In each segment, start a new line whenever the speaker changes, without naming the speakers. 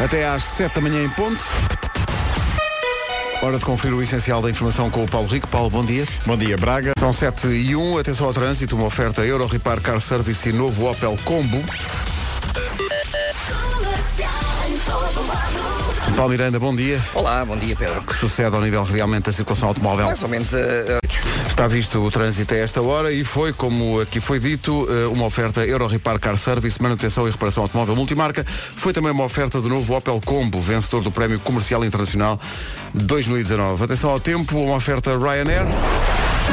Até às 7 da manhã em ponto. Hora de conferir o essencial da informação com o Paulo Rico. Paulo, bom dia.
Bom dia, Braga.
São 7 e 1, atenção ao trânsito, uma oferta Euro Repar Car Service e novo Opel Combo. Paulo Miranda, bom dia.
Olá, bom dia Pedro.
Que sucede ao nível realmente da circulação automóvel?
Mais ou menos eh,
Está visto o trânsito a esta hora e foi, como aqui foi dito, eh, uma oferta Euro Repar Car Service, manutenção e reparação automóvel multimarca. Foi também uma oferta do novo Opel Combo, vencedor do Prémio Comercial Internacional 2019. Atenção ao tempo, uma oferta Ryanair.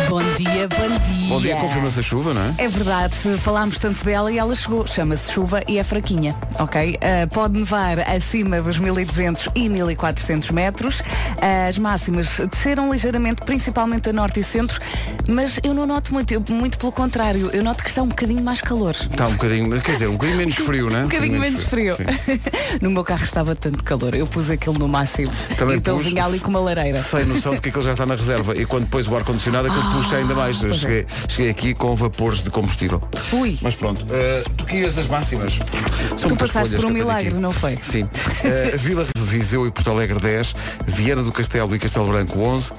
Bom dia, bom dia.
Bom dia, confirma-se a chuva, não é?
É verdade, falámos tanto dela e ela chegou. Chama-se chuva e é fraquinha, ok? Ah, pode nevar acima dos 1200 e 1400 metros. Ah, as máximas desceram ligeiramente, principalmente a norte e centro, mas eu não noto muito, eu- muito pelo contrário, eu noto que está um bocadinho mais calor.
Está um bocadinho, quer dizer, um bocadinho menos frio, não é?
Um bocadinho menos frio.
Sim.
no meu carro estava tanto calor, eu pus aquilo no máximo.
Também
então
pus-
vinha ali com uma lareira.
sem noção de que aquilo já está na reserva. E quando pôs o ar-condicionado, aquilo puxa ainda mais. Eu
pois é.
cheguei, cheguei aqui com vapores de combustível.
Ui.
Mas pronto, eh, tu querias as máximas. São
Tu
muitas
passaste
folhas
por um
que eu tenho
milagre,
aqui.
não foi?
Sim. Eh, Vila Viseu e Porto Alegre 10, Viana do Castelo e Castelo Branco 11,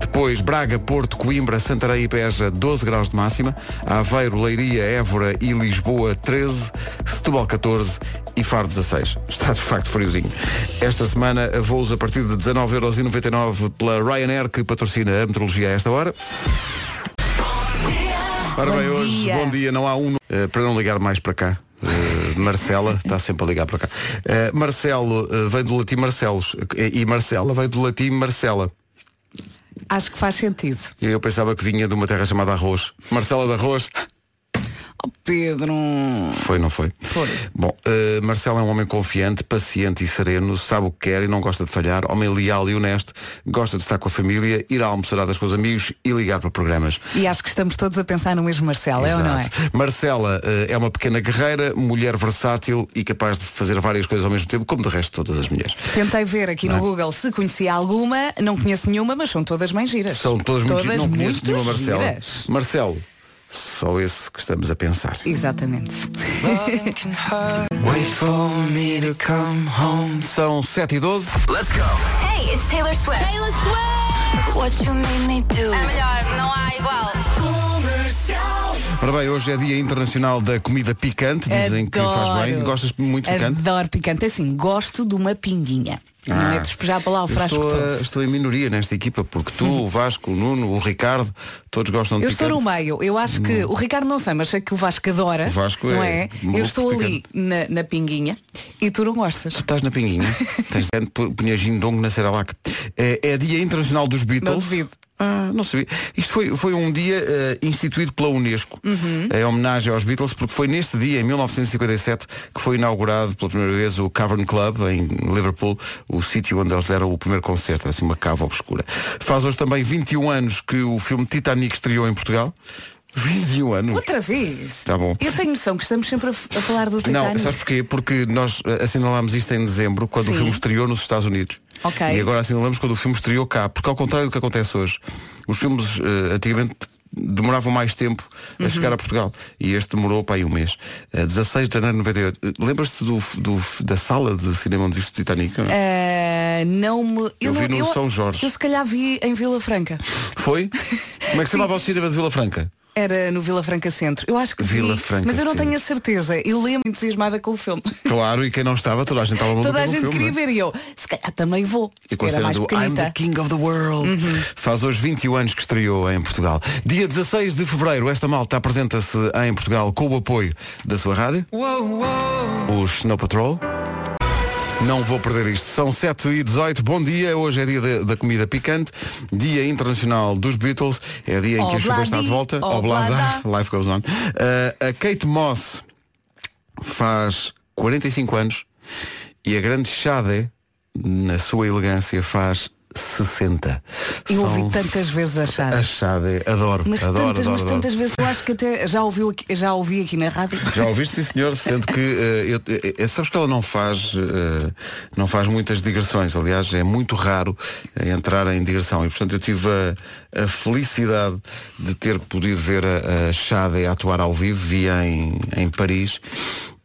depois Braga, Porto, Coimbra, Santarém e Beja 12 graus de máxima, Aveiro, Leiria, Évora e Lisboa 13, Setúbal 14 e Faro 16. Está de facto friozinho. Esta semana voos a partir de 19,99€ pela Ryanair que patrocina a meteorologia a esta hora. Ora bem,
Bom
hoje,
dia.
bom dia, não há um. no- eh, para não ligar mais para cá. eh, Marcela, está sempre a ligar para cá. Eh, Marcelo eh, vem do latim Marcelos eh, e Marcela vem do latim Marcela.
Acho que faz sentido.
E eu pensava que vinha de uma terra chamada Arroz. Marcela de Arroz?
Oh, Pedro.
Foi, não foi?
Foi.
Bom, eh, Marcelo é um homem confiante, paciente e sereno, sabe o que quer e não gosta de falhar, homem leal e honesto, gosta de estar com a família, ir a almoçaradas com os amigos e ligar para programas.
E acho que estamos todos a pensar no mesmo Marcelo, é ou não é?
Exato. Marcela eh, é uma pequena guerreira, mulher versátil e capaz de fazer várias coisas ao mesmo tempo, como de resto todas as mulheres.
Tentei ver aqui
é?
no Google se conhecia alguma, não conheço nenhuma, mas são todas bem giras.
São todas, muito giras, não conheço
muito
nenhuma Marcela.
giras.
Marcelo, só esse que estamos a pensar.
Exatamente.
Ah, São 7 e 12.
Hey, it's Taylor Swift. Taylor Swift. What you made me do. É melhor, não há igual.
Ora bem, hoje é dia internacional da comida picante, dizem que faz bem.
Adoro.
Gostas muito de picante? Ah.
Adoro picante. É Assim, gosto de uma pinguinha. Não é despejar para lá o
Eu
frasco
estou,
todo.
a- estou em minoria nesta equipa, porque tu, o Vasco, o Nuno, o Ricardo, todos gostam de
Eu estou
picante. Hum.
no meio, eu acho que o Ricardo não sei, mas sei que o Vasco adora.
O Vasco
não
é
é?
maluco
Eu estou
de
ali na, na pinguinha e tu não gostas.
Estás na pinguinha, tens de punhas gindongo na Ceralac. É, é dia internacional dos Beatles.
Não duvido.
Ah, não sabia. Isto foi, foi um dia eh, instituído pela Unesco,
Uhum.
em homenagem aos Beatles, porque foi neste dia, em 1957, que foi inaugurado pela primeira vez o Cavern Club, em Liverpool, o sítio onde eles deram o primeiro concerto, assim uma cava obscura. Faz hoje também 21 anos que o filme Titanic estreou em Portugal. 21 anos.
Outra vez.
Tá bom.
Eu tenho noção que estamos sempre a, f- a falar do Titanic.
Não, sabes porquê? Porque nós eh, assinalámos isto em dezembro, quando o
Sim.
filme estreou nos Estados Unidos.
Ok.
E agora assinalamos quando o filme estreou cá. Porque ao contrário do que acontece hoje, os filmes eh, antigamente demoravam mais tempo a
Uhum.
chegar a Portugal. E este demorou para aí um mês. Eh, 16 de janeiro de 98. Eh, Lembras-te do, do- da sala de cinema onde viste o Titanic? não é?
Ah, não me.
Eu
não-
vi no São Jorge.
Eu se calhar vi em Vila Franca.
Foi? Como é que se chamava o cinema de Vila Franca?
Era no Vila Franca Centro. Eu acho que vi,
Vila Franca
mas eu não
Centro.
tenho a certeza. Eu lembro entusiasmada com o filme.
Claro, e quem não estava, toda a gente estava maluca
Toda a
com o
gente
filme,
queria
não é?
ver e eu, se calhar também vou.
E com a
Era
cena
mais
do I'm the
pequenita. Uhum.
King of the World. Faz hoje 21 anos que estreou em Portugal. Dia 16 de fevereiro, esta malta apresenta-se em Portugal com o apoio da sua rádio, o Snow Patrol. Não vou perder isto. São 7 e 18 Bom dia. Hoje é dia da- da comida picante, Dia Internacional dos Beatles. É dia em que a chuva está de volta.
Obladi,
Oblada.
oblada.
Life goes on. Uh, a Kate Moss faz 45 anos e a grande Xade, na sua elegância, faz 60.
Eu
São-
ouvi tantas vezes a Chara.
A Xade, adoro,
Mas
adoro,
tantas,
adoro,
mas
adoro.
tantas vezes. Eu acho que até já, ouviu aqui, já ouvi aqui na rádio.
Já ouviste, sim senhor, sendo que eh, eu, eh, eh, sabes que ela não faz eh, não faz muitas digressões, aliás é muito raro eh, entrar em digressão e portanto eu tive a, a felicidade de ter podido ver a, a Xade a atuar ao vivo, vi em, em Paris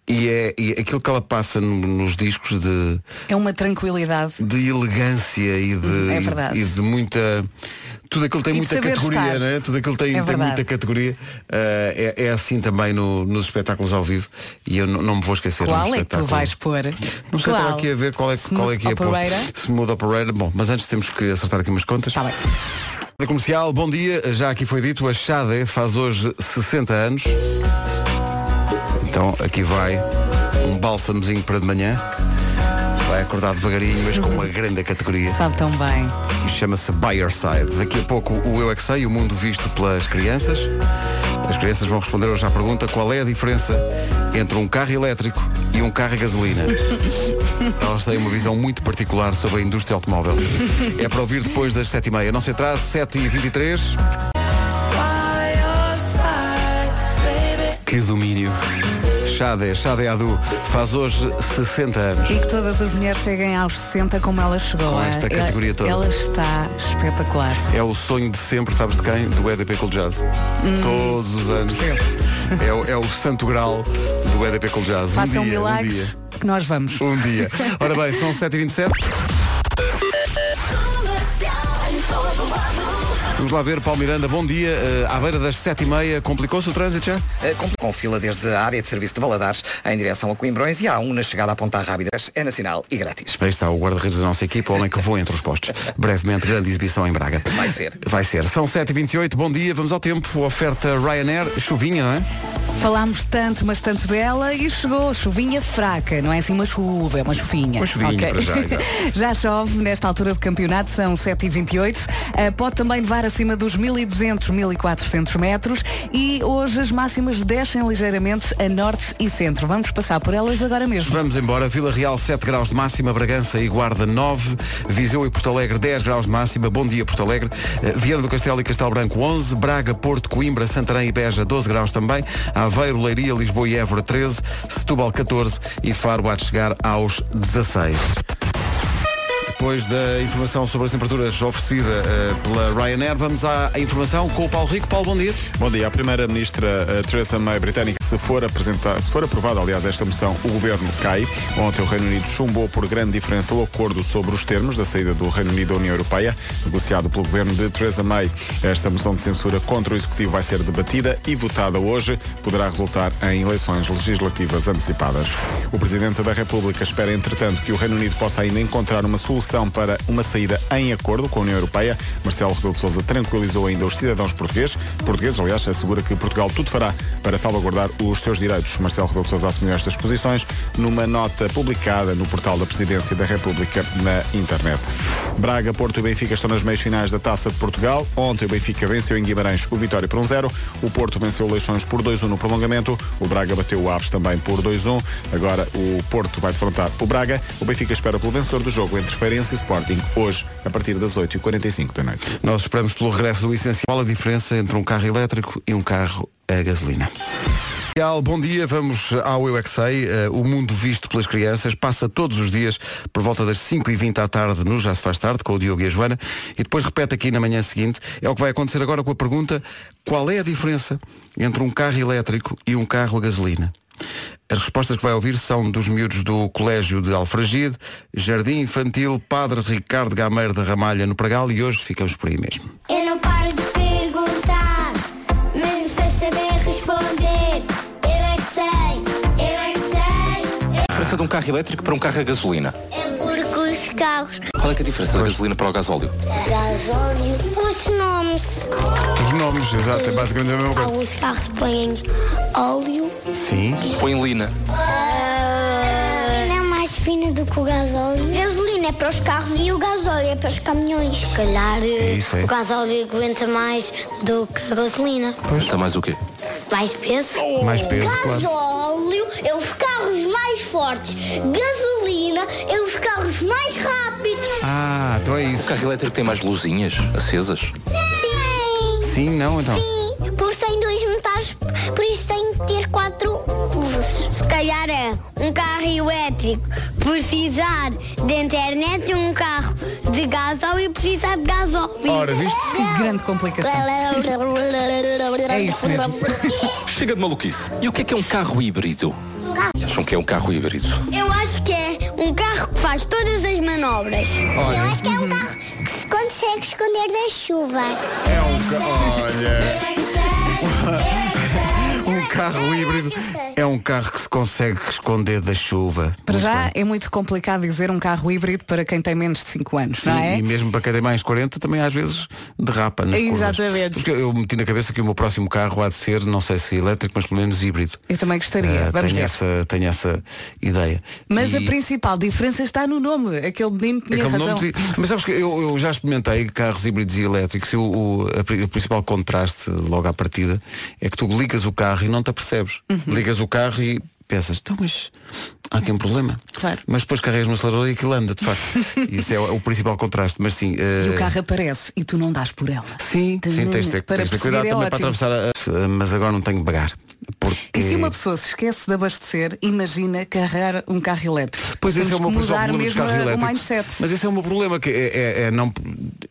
E é e aquilo que ela passa no- nos discos de,
É uma tranquilidade.
de elegância e de,
Hum, é verdade.
e de muita. Tudo aquilo tem
E de
muita
saber
categoria,
estar.
né? Tudo aquilo tem,
É
tem
verdade.
muita categoria. Ah, é, é assim também no- nos espetáculos ao vivo. E eu n- não me vou esquecer. de um
Qual é que tu
espetáculo.
vais pôr?
Não sei,
Qual?
estava aqui a ver qual é, que- qual é que ia pôr.
Operator?
Smooth Operator. Bom, mas antes temos que acertar aqui umas contas.
Está Tá bem.
Da comercial, bom dia. Já aqui foi dito, a Xade faz hoje 60 anos. Então aqui vai um bálsamozinho para de manhã. Vai acordar devagarinho, mas com uma
Uhum.
grande categoria.
Sabe tão bem.
E Chama-se By Your Side. Daqui a pouco o Eu É Que Sei, o mundo visto pelas crianças. As crianças vão responder hoje à pergunta qual é a diferença entre um carro elétrico e um carro a gasolina. Elas têm uma visão muito particular sobre a indústria automóvel. É para ouvir depois das 7h30. Não se atrase, 7h23. Que domínio. Xade, Xade Adu, faz hoje 60 anos.
E que todas as mulheres cheguem aos 60 como ela chegou.
Com
ah,
esta
ela-
categoria toda.
Ela está espetacular.
É o sonho de sempre, sabes de quem? Do EDP Cool Jazz.
Hum.
Todos os anos. É, o- é o santo grau do EDP Cool Jazz. Um
Façam
dia, um dia.
milagres que nós vamos.
Um dia. Ora bem, são 7h27. Vamos lá ver, Paulo Miranda, bom dia. Eh, à beira das 7h30, complicou-se o trânsito já?
Eh, Com, com fila desde a área de serviço de Valadares em direção a Coimbrões e há um na chegada a Ponta Rábida. É nacional e grátis.
Aí está o guarda-redes da nossa equipa, o homem que voa entre os postos. Brevemente, grande exibição em Braga.
Vai ser.
Vai ser. São 7h28, bom dia, vamos ao tempo. Oferta Ryanair, chuvinha, não é?
Falámos tanto, mas tanto dela e chegou chuvinha fraca, não é assim uma chuva, é uma chuvinha.
Uma chuvinha
Ok.
para já, exato.
Já chove nesta altura de campeonato, são 7h28. Ah, pode também levar acima dos 1.200, 1.400 metros e hoje as máximas descem ligeiramente a norte e centro. Vamos passar por elas agora mesmo.
Vamos embora. Vila Real 7 graus de máxima, Bragança e Guarda 9, Viseu e Porto Alegre 10 graus de máxima. Bom dia Porto Alegre. Eh, Viana do Castelo e Castelo Branco 11, Braga, Porto, Coimbra, Santarém e Beja 12 graus também, Aveiro, Leiria, Lisboa e Évora 13, Setúbal 14 e Faro há de chegar aos 16. Depois da informação sobre as temperaturas oferecida eh, pela Ryanair, vamos à informação com o Paulo Rico. Paulo, bom dia.
Bom dia. A primeira-ministra eh, Theresa May britânica, se for apresentar, se for aprovada, aliás, esta moção, o governo cai. Ontem o Reino Unido chumbou por grande diferença o acordo sobre os termos da saída do Reino Unido da União Europeia, negociado pelo governo de Theresa May. Esta moção de censura contra o executivo vai ser debatida e votada hoje. Poderá resultar em eleições legislativas antecipadas. O presidente da República espera, entretanto, que o Reino Unido possa ainda encontrar uma solução para uma saída em acordo com a União Europeia. Marcelo Rebelo de Sousa tranquilizou ainda os cidadãos portugueses. Portugueses, aliás, assegura que Portugal tudo fará para salvaguardar os seus direitos. Marcelo Rebelo de Sousa assumiu estas posições numa nota publicada no portal da Presidência da República na internet. Braga, Porto e Benfica estão nas meias finais da Taça de Portugal. Ontem o Benfica venceu em Guimarães o Vitória por 1-0. O Porto venceu o Leixões por 2-1 no prolongamento. O Braga bateu o Aves também por 2-1. Agora o Porto vai defrontar o Braga. O Benfica espera pelo vencedor do jogo entre Feirense e Sporting hoje a partir das 8h45 da noite.
Nós esperamos pelo regresso do essencial. Qual a diferença entre um carro elétrico e um carro a gasolina? Comercial, Bom dia, vamos ao Eu é Que Sei, eh, o mundo visto pelas crianças, passa todos os dias por volta das 5h20 à tarde no Já se faz tarde, com o Diogo e a Joana, e depois repete aqui na manhã seguinte, é o que vai acontecer agora com a pergunta, qual é a diferença entre um carro elétrico e um carro a gasolina? As respostas que vai ouvir são dos miúdos do Colégio de Alfragide, Jardim Infantil Padre Ricardo Gameiro da Ramalha, no Pragal, e hoje ficamos por aí mesmo.
Eu não paro de perguntar, mesmo sem saber responder. Eu é que sei, eu é que sei.
A diferença de um carro elétrico para um carro a gasolina?
É porque os carros
Qual é, que é a diferença da gasolina para o gasóleo?
gasóleo. Os nomes.
Os nomes, exato, é basicamente a mesma coisa.
Alguns carros põem óleo.
Sim.
Põe lina.
Ah. Ele é mais fino do que o gasóleo. Gasolina é para os carros e o gasóleo é para os caminhões. Se calhar eh,
Isso, é. o
gasóleo aguenta mais do que a gasolina.
Está Tá mais o quê?
Mais peso?
Mais peso, claro.
Gasóleo é os carros mais fortes. Gasolina é os carros mais rápidos.
Ah, então é
O
isso.
carro elétrico tem mais luzinhas acesas?
Sim.
Ah. Sim, não, então.
Sim. Por 102 metades, por isso tem que ter quatro luzes. Se calhar calhar é um carro elétrico precisar de internet e um carro de gasóleo e precisar de gasóleo.
Ora, viste?
Que grande complicação. É isso mesmo.
Chega de maluquice. E o que é que é um carro híbrido? Acham que é um carro híbrido?
Eu acho que é um carro que faz todas as manobras. Eu acho que é um carro que se consegue esconder da chuva.
É um ca- Olha.
Um carro híbrido é um carro que se consegue esconder da chuva.
Para já é muito complicado dizer um carro híbrido para quem tem menos de 5 anos, não
Sim,
é?
E mesmo para quem tem mais 40 também às vezes derrapa nas curvas.
Exatamente.
Porque eu meti na cabeça que o meu próximo carro há de ser, não sei se elétrico, mas pelo menos híbrido.
Eu também gostaria.
Ah,
Vamos
tenho,
ver.
essa, tenho essa ideia.
Mas
E-
a principal diferença está no nome. Aquele menino tinha
Aquele
razão.
um nome de- Mas sabes que eu, eu já experimentei carros híbridos e elétricos e o, o- a pri- o principal contraste logo à partida é que tu ligas o carro e não te apercebes.
Uhum.
Ligas o carro e pensas, então mas há aqui um problema.
Claro.
Mas depois carregas no acelerador e aquilo anda, de facto. Isso é o, o principal contraste. Mas sim. eh,
E o carro aparece e tu não dás por ela.
Sim, sim, tens de ter,
Para
tens de ter
perseguir
cuidado
é
também para
ótimo.
atravessar É. a, Mas agora não tenho bagar. Porque...
E se uma pessoa se esquece de abastecer, imagina carregar um carro elétrico.
Pois esse é o
Temos
meu
que
principal
mudar
problema dos
mesmo
carros
a- o
elétricos.
mindset.
Mas esse é o meu problema, que é, é- é não.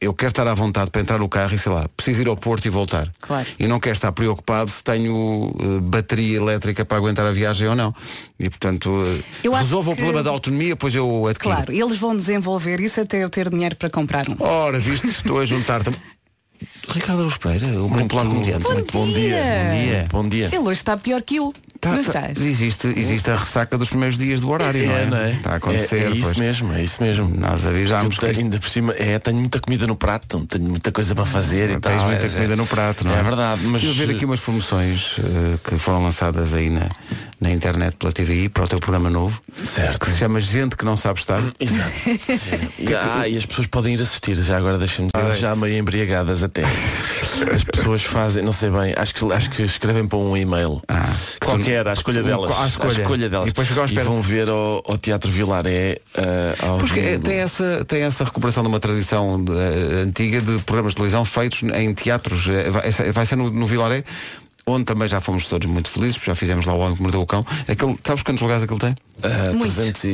Eu quero estar à vontade para entrar no carro e sei lá, preciso ir ao Porto e voltar.
Claro.
E não quero estar preocupado se tenho eh, bateria elétrica para aguentar a viagem ou não. E portanto, eh,
Eu acho
resolvo o
que-
problema da autonomia, pois eu adquiro.
Claro, eles vão desenvolver isso até eu ter dinheiro para comprar um.
Ora, viste, estou a juntar também. Ricardo Aros Pereira, o muito, popular comediante.
Bom
Muito
dia.
Muito bom dia.
Ele hoje está pior que eu.
Tá-
não
tá-
estás?
existe, existe a ressaca dos primeiros dias do horário, não, é?
não
Está a acontecer,
É, é isso
pois.
mesmo, é isso mesmo.
Nós avisámos que
Eu tenho,
isto-
ainda por cima, é, tenho muita comida no prato, tenho muita coisa para fazer e
Tens
tal.
muita
é,
comida no prato, não é?
É verdade, mas
Estive a ver aqui umas promoções eh, que foram lançadas aí na, na internet pela TVI para o teu programa novo.
Certo.
Que se chama Gente que não sabe estar.
Exato. sim.
é
E, ah, e as pessoas podem ir assistir, já agora deixamos
Ah,
me já meio embriagadas até. As pessoas fazem, não sei bem, acho que, acho que escrevem para um e-mail. Qualquer, à escolha
Ah. Um,
delas.
à escolha.
delas.
E depois ficam à espera.
vão ver ao, ao Teatro Vilaré. ah, ao-
Porque eh, tem essa, tem essa recuperação de uma tradição de, eh, antiga de programas de televisão feitos em teatros. eh, vai- essa- Vai ser no, no Vilaré, onde também já fomos todos muito felizes, porque já fizemos lá o Homem que Mordeu o Cão. Aquele, sabes quantos lugares aquele tem?
ah,
Muito.
300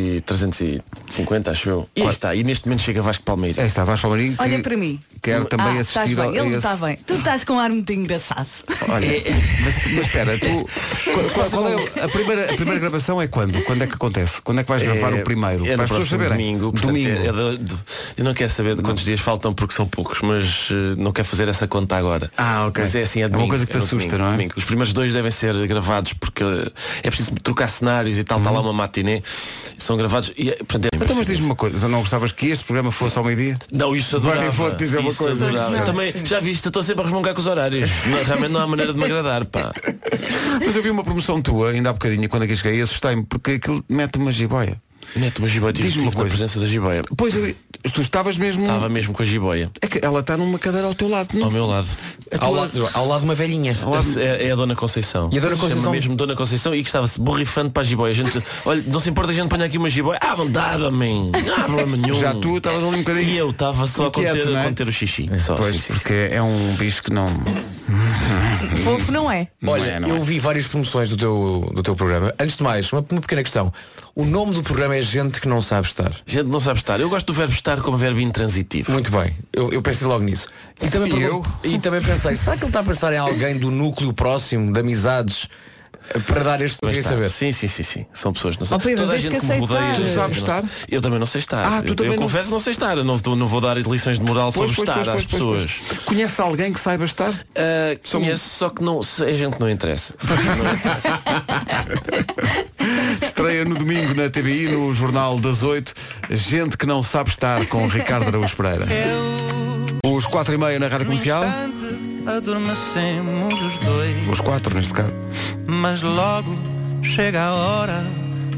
e, 350, acho eu. E aí está, e neste momento chega Vasco Palmeira.
Aí está, Vasco Marinho.
Olha para mim.
Quero também
ah, estás
assistir
bem.
ao- a
Ele
esse-
está bem. Tu estás com um ar muito engraçado.
Olha,
É.
mas, mas espera, tu. qual- qual- qual é o- a, primeira, a primeira gravação é quando? Quando é que acontece? Quando é que vais gravar o primeiro? Para
É no
as pessoas
próximo
saberem.
domingo. portanto, é- é do- do- eu não quero saber de quantos dias faltam porque são poucos, mas eh, não quero fazer essa conta agora.
Ah, ok.
Mas é assim,
É
é
uma
domingo.
coisa que te
no
assusta,
domingo,
não é?
domingo. Os primeiros dois devem ser gravados porque eh, é preciso trocar cenários e tal, está lá uma matiné. São gravados e, eh, portanto,
Uhum.
é
Então, mas diz-me uma coisa, não gostavas que este programa fosse ao meio-dia?
Não, isso
Vai,
adorava.
vou-te dizer uma
Isso
coisa.
adorava.
Não,
Também, já viste, eu estou sempre a resmungar com os horários. Não, realmente não há maneira de me agradar, pá.
Mas eu vi uma promoção tua, ainda há bocadinho, quando aqui cheguei, assustei-me, porque aquilo mete uma jiboia.
Neto, uma jiboia, tive
Diz-me uma
tive na
coisa.
presença da jiboia.
É.
Pois eu, tu estavas mesmo.
Estava mesmo com a jiboia.
É que ela está numa cadeira ao teu lado,
Ao
não?
meu lado.
Ao lado, ao lado de uma velhinha.
É, é a Dona Conceição.
E a Dona
Se
Conceição?
Chama mesmo Dona Conceição e que estava-se borrifando para a jiboia. A gente, olha, não se importa a gente apanhar aqui uma jiboia. Ah, vontade, amém. Não há problema nenhum.
Já tu estavas ali um bocadinho.
E eu estava só a conter,
Inquieto, não é?
a conter o xixi. Só, assim. sim,
Pois,
sim,
porque é um bicho que não.
Fofo não é?
Olha,
é, não
eu
é.
vi várias promoções do teu, do teu programa. Antes de mais, uma, uma pequena questão. O nome do programa é Gente que não sabe estar.
Gente, não sabe estar. Eu gosto do verbo estar como verbo intransitivo.
Muito bem, eu, eu pensei logo nisso. E também,
E
pergun- e também pensei, será que ele está a pensar em alguém do núcleo próximo, de amizades, para dar este
Mas
queria
tá.
saber?
Sim, sim, sim, sim. São pessoas, não sei.
Oh, Pedro,
Toda a
tens
gente
que
que me rodeia.
aceitar.
Tu sabes
Eu não-
estar?
Eu também não sei estar.
Ah, tu
eu, eu
também não-
confesso não sei estar. Eu não, vou- não vou dar lições de moral sobre estar às pessoas.
Conhece alguém que saiba estar?
Ah,
São-
um
conheço, só que não, se- a gente não interessa.
Estreia no domingo na TVI, no Jornal das Oito. Gente que não sabe estar com Ricardo Araújo Pereira.
É um
Os quatro e meia na Rádio Comercial.
Adormecemos os dois,
Os quatro neste caso.
mas logo chega a hora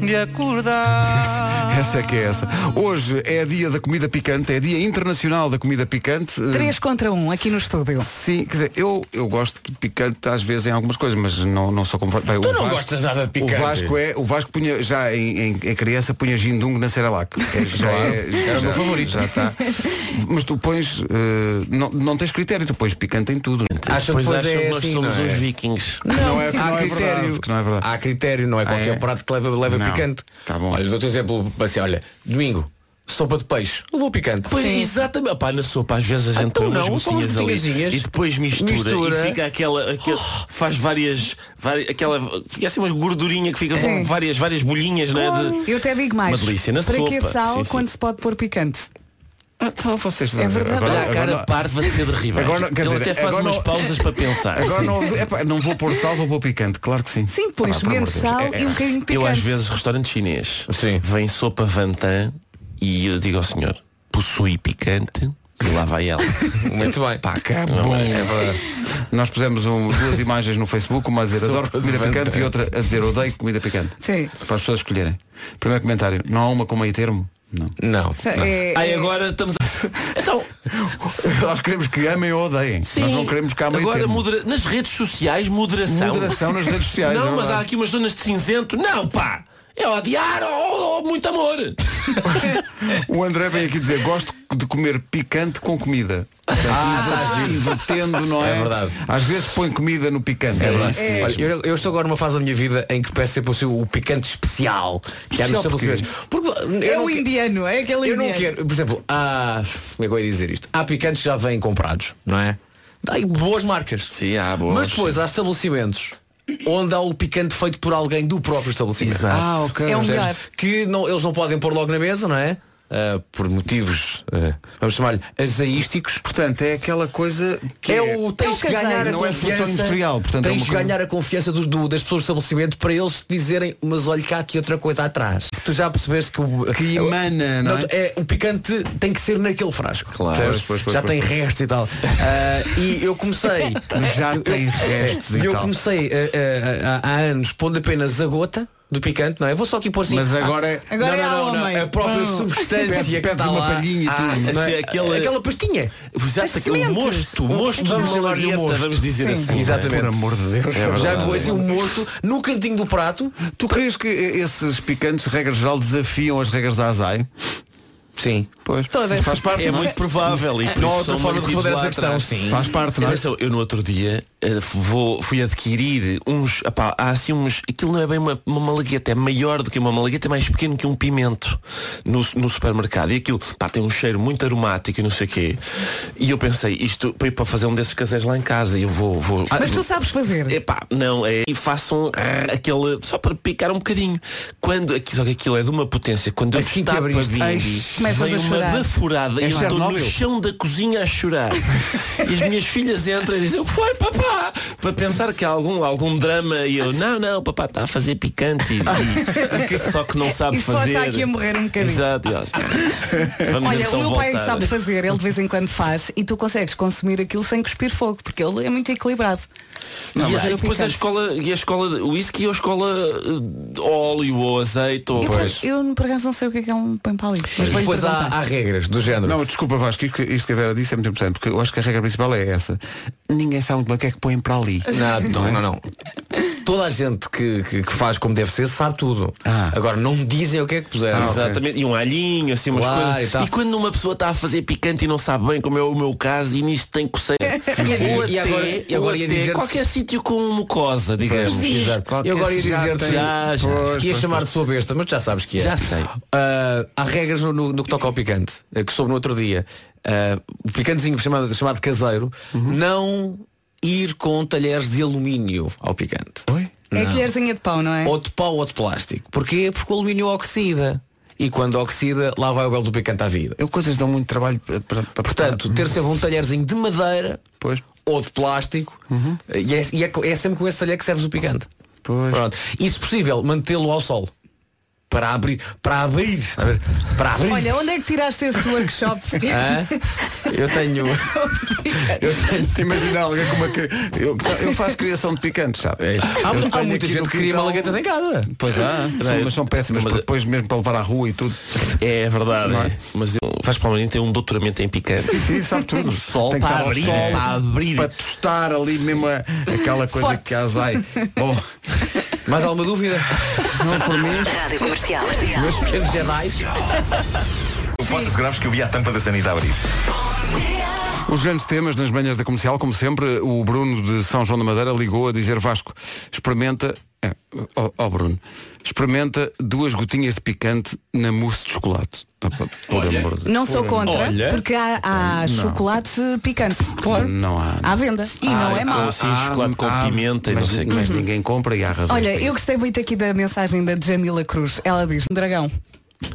de acordar.
Essa é que é essa. Hoje é dia da comida picante, é dia internacional da comida picante. Eh,
3 contra 1 aqui no estúdio.
Sim, quer dizer, eu, eu gosto de picante às vezes em algumas coisas, mas não, não sou como... Bem,
Tu não gostas nada de picante.
O Vasco, é, o Vasco punha, já em, em- em criança punha gindung na Cerelac. Que Já é, já,
Era o meu
já-
favorito.
Já está. Mas tu pões... eh, não, não tens critério, tu pões picante em tudo.
Acham que
Pois
depois
acham
é
que nós
assim,
somos
não é?
uns vikings.
Não, não é,
há
não é verdade,
critério.
porque não é
Ah,
verdade.
Há critério, não é qualquer
É.
prato que leva, leva
Não.
picante.
Tá bom.
Olha, dou-te um exemplo assim, olha, domingo, sopa de peixe, levou picante.
Pois, exatamente. Opá, na sopa às vezes a gente
Então
põe umas
não, só umas
gotinhas ali
gotinhazinhas.
e depois mistura,
Mistura.
e fica aquela, aquele-
Oh.
faz várias, várias aquela fica assim uma gordurinha que fica com várias várias bolhinhas, né? de-
É. Eu até digo mais.
Uma delícia na
para que
sopa,
sal
sim, sim.
quando se pode pôr picante?
Ah, então vocês
É verdade.
Agora,
Olha a
agora
cara
não-
parva de Pedro Ribeiro.
Agora não- quer
Ele
dizer,
até faz
agora
umas
não-
pausas para pensar.
agora
Sim.
não, epá, não vou pôr sal, vou pôr picante, claro que sim.
Sim, pões
Ah, pelo amor
menos
de Deus.
sal
É-
e um bocadinho de picante.
Eu às vezes, restaurante chinês,
Sim.
vem sopa vantan e eu digo ao senhor, possui picante e lá vai ela.
Muito bem.
Pá, que bom. É verdade. Nós pusemos um- duas imagens no Facebook, uma a dizer adoro comida picante e outra a dizer odeio comida picante.
Sim.
Para as pessoas escolherem. Primeiro comentário, não há uma com meio termo? Não.
Não.
Isso é-
Aí
Ah,
é-
agora estamos a... Então,
Nós queremos que amem ou odeiem. Nós não queremos que há meio
agora
termo.
modera- nas redes sociais, moderação.
Moderação nas redes sociais. é
não, mas há
verdade.
aqui umas zonas de cinzento. Não, pá! É odiar ou, ou muito amor.
O André vem aqui dizer, gosto de comer picante com comida. Ah, invertendo, não é?
É verdade.
Às vezes põe comida no picante. É
Olha, eu, eu estou agora numa fase da minha vida em que peço sempre o, seu- o picante especial que há nos
Especial porquê?
estabelecimentos. Porque eu
É
não
o
que-
indiano, é aquele
Eu
indiano.
não quero, por exemplo, há. Como é que eu ia dizer isto? Há picantes que já vêm comprados, não é? Dá aí boas marcas.
Sim, há boas,
Mas depois há estabelecimentos onde há o picante feito por alguém do próprio estabelecimento.
Exato.
Ah, ok.
É o
Percebes?
melhor.
Que não, eles não podem pôr logo na mesa, não é? Ah, por motivos, ah, vamos chamar-lhe, azaísticos.
Portanto, é aquela coisa que
é o tens que
caseiro.
ganhar a
Não é função
confiança
industrial, portanto, é
tens
uma
que
coisa-
ganhar a confiança do- do- das pessoas do estabelecimento para eles te dizerem mas olha cá que outra coisa atrás tu já percebeste que o
Que emana, não é?
o picante tem que ser naquele frasco
Claro.
Percebes?
Pois, pois, pois,
já
pois,
tem resto e tal Ah, e eu comecei É,
Já tem restos e
eu
tal.
comecei ah, ah, ah, há anos pondo apenas a gota do picante, não é? Vou só aqui pôr assim.
Mas
ah,
agora-
Agora
não,
é
não,
ao
não, não,
homem.
A própria
Não.
substância
Pede-
que
pede
está
uma
lá. Ah,
palhinha e tudo. é?
não
Assim, aquela-
aquela pastinha.
Exato, aquele
sementes.
mosto, mosto de
Vamos
uma
chamar-lhe
largueta,
mosto.
vamos dizer
Sim.
assim.
Exatamente.
Por amor de Deus.
Já
verdade.
vou assim um mosto no cantinho do prato.
Tu crees que esses picantes, regra geral, desafiam as regras da ASAI?
Sim.
Pois.
Todas.
Faz parte,
É
não é?
muito provável e por
Não há
isso
outra
são
forma de
mantidos
responder
lá
essa questão.
atrás.
Sim.
Faz parte, não é?
Atenção, eu no outro dia eh, vou, fui adquirir uns. Epá, há assim uns. Aquilo não é bem uma, uma malagueta, é maior do que uma malagueta, é mais pequeno que um pimento no, no supermercado. E aquilo pá, tem um cheiro muito aromático e não sei o quê. E eu pensei, isto para ir para fazer um desses caseiros lá em casa, eu vou. vou
Ah,
Mas tu sabes fazer.
Epá, não, é. E façam ah, aquele. Só para picar um bocadinho. Quando aqui, só que aquilo é de uma potência, quando
Assim
eu
que
tapa
abriste, ai,
começas
vem
a
uma
chorar.
bafurada
É
e eu estou no
Chernobyl.
chão da cozinha a chorar. e as minhas filhas entram e dizem, o que foi, papá? Para pensar que há algum, algum drama e eu, não, não, papá está a fazer picante e, e- só que não sabe
E só
fazer.
está aqui a morrer um bocadinho.
Exato, e elas, "Ah, Vamos
Olha,
então
o meu pai é que
voltar.
sabe fazer, ele de vez em quando faz e tu consegues consumir aquilo sem cuspir fogo, porque ele é muito equilibrado.
e
mas
aí
eu
depois a
picante.
escola, e a escola de whisky ou a escola eh, óleo ou azeite ou
Eu, eu por acaso não sei o que é, que é um pão palito. Mas vou-lhe
Depois há,
perguntar.
há regras do género.
Não, desculpa Vasco, isto que- isto que a Vera disse é muito importante, porque eu acho que a regra principal é essa. Ninguém sabe muito bem o que é que põem para ali.
Não,
é?
não, não, não. Toda a gente que, que, que faz como deve ser sabe tudo.
Ah.
Agora não me dizem o que é que
Ah,
puseram.
Exatamente, e um alhinho, assim umas
Claro, e
coisas.
tal.
E, quando uma pessoa está a fazer picante e não sabe bem, como é o meu caso, e nisto tem coceira. ou até,
E agora- e agora
ou
ia
até
dizer-te-
qualquer sítio com mucosa, digamos.
Pois, exato. Eu agora ia
já
dizer-te
tem-
já, já.
Pois,
Ia
pois,
chamar de sua besta, mas já sabes que é.
Já sei.
Ah, há regras no, no- no que toca ao picante, eh, que soube no outro dia. Ah, o picantezinho chamado, chamado caseiro,
Uhum.
não ir com talheres de alumínio ao picante.
Oi?
É a colherzinha de pau, não é?
Ou de pau ou de plástico. Porquê? Porque o alumínio oxida. E quando oxida, lá vai o belo do picante à vida.
Eu coisas dão muito trabalho para, para, para
Portanto, ter sempre um talherzinho de madeira
Pois.
ou de plástico e, é, e é co- é sempre com esse talher que serves o picante.
Pois.
Pronto. E se possível, mantê-lo ao sol. para abrir, para abrir, a ver, para abrir.
Olha, onde é que tiraste esse workshop?
Ah,
Hã? eu tenho.
Eu tenho que imaginar alguém como é que. Eu, eu faço criação de picantes, sabe?
É Há,
Eu
há
tenho
muita
aqui
gente
no
que cria
quintal-
malaguetas é? em casa.
Pois há, são, mas são péssimas,
Mas-
eh,
porque depois mesmo para levar à rua e tudo.
É verdade, é? mas eu, faz para mim tem um doutoramento em picante.
Sim, sim, sabe tudo.
sol
Tem que
para
estar ao
abrir,
sol, né?
para abrir.
Para tostar ali mesmo a- aquela coisa que casai. Bom.
Mais alguma dúvida?
Não por mim.
Rádio comercial.
Meus pequenos Jedi.
Eu posso assegurar-vos que eu vi a tampa da sanita abrir.
Os grandes temas nas manhãs da comercial, como sempre, o Bruno de São João da Madeira ligou a dizer Vasco, experimenta, é, ó ó, Bruno, experimenta duas gotinhas de picante na mousse de chocolate. Ah, pá, Por amor de
Não sou
por-
contra, porque há, há
Não.
chocolate picante. Claro.
Não há. Ah,
À venda. E não é mau.
Ah, assim, chocolate com pimenta e
mas,
não sei o quê.
Mas ninguém compra e há razões
Olha,
para
eu
isso.
gostei muito aqui da mensagem da Jamila Cruz. Ela diz, um dragão.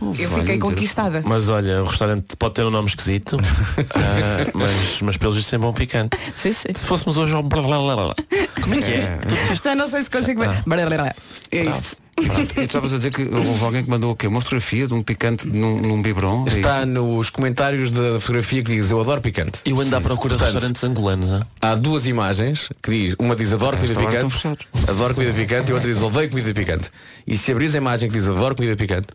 eu
vale
fiquei
Deus.
conquistada.
Mas olha, o restaurante pode ter um nome esquisito, ah, mas, mas pelos vistos é bom picante. Se fôssemos hoje ao blablabla. Como é que é?
Já não sei se consigo ver. Blablabla. É isto.
Pronto, e tu estavas a dizer que houve alguém que mandou o quê? Uma fotografia de um picante num, num biberon? É
Está nos comentários da fotografia que diz eu adoro picante.
Eu ando à procura de restaurantes angolanos. hã?
Há duas imagens que diz, uma diz adoro
Ah,
comida
esta hora
picante,
estão
adoro comida picante e outra diz odeio comida picante. E se abris a imagem que diz adoro comida picante,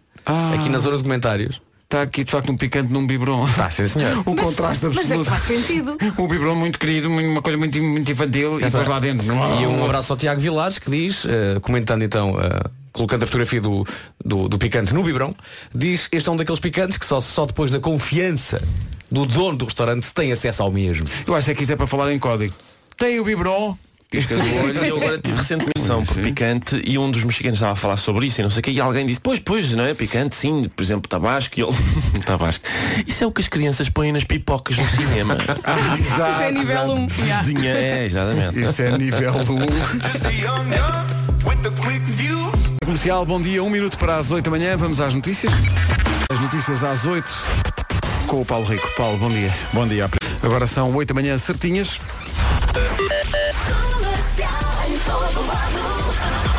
aqui na zona de comentários.
Está aqui de facto um picante num biberon.
Está, sim senhor.
O contraste
é
absoluto.
sentido.
Um biberon muito querido, uma coisa muito, muito infantil e depois lá dentro. é?
E um abraço ao Tiago Vilares que diz, eh, comentando então, eh, colocando a fotografia do, do, do picante no biberão, diz este é um daqueles picantes que só, só depois da confiança do dono do restaurante se tem acesso ao mesmo.
Eu acho é que isto é para falar em código. Tem o biberon. Piscas o olho.
Eu agora tive recentemente são por picante e um dos mexicanos estava a falar sobre isso e não sei o que e alguém disse, pois, pois, não é picante, sim, por exemplo, tabasco e ele. tabasco. Isso é o que as crianças põem nas pipocas no cinema.
Exato,
é nível exato. um, já.
Dinhe- É, exatamente.
Isso é nível 1. Comercial, bom dia. Um minuto para as 8 da manhã. Vamos às notícias. As notícias às 8 com o Paulo Rico. Paulo, bom dia.
Bom dia.
Agora são 8 da manhã certinhas.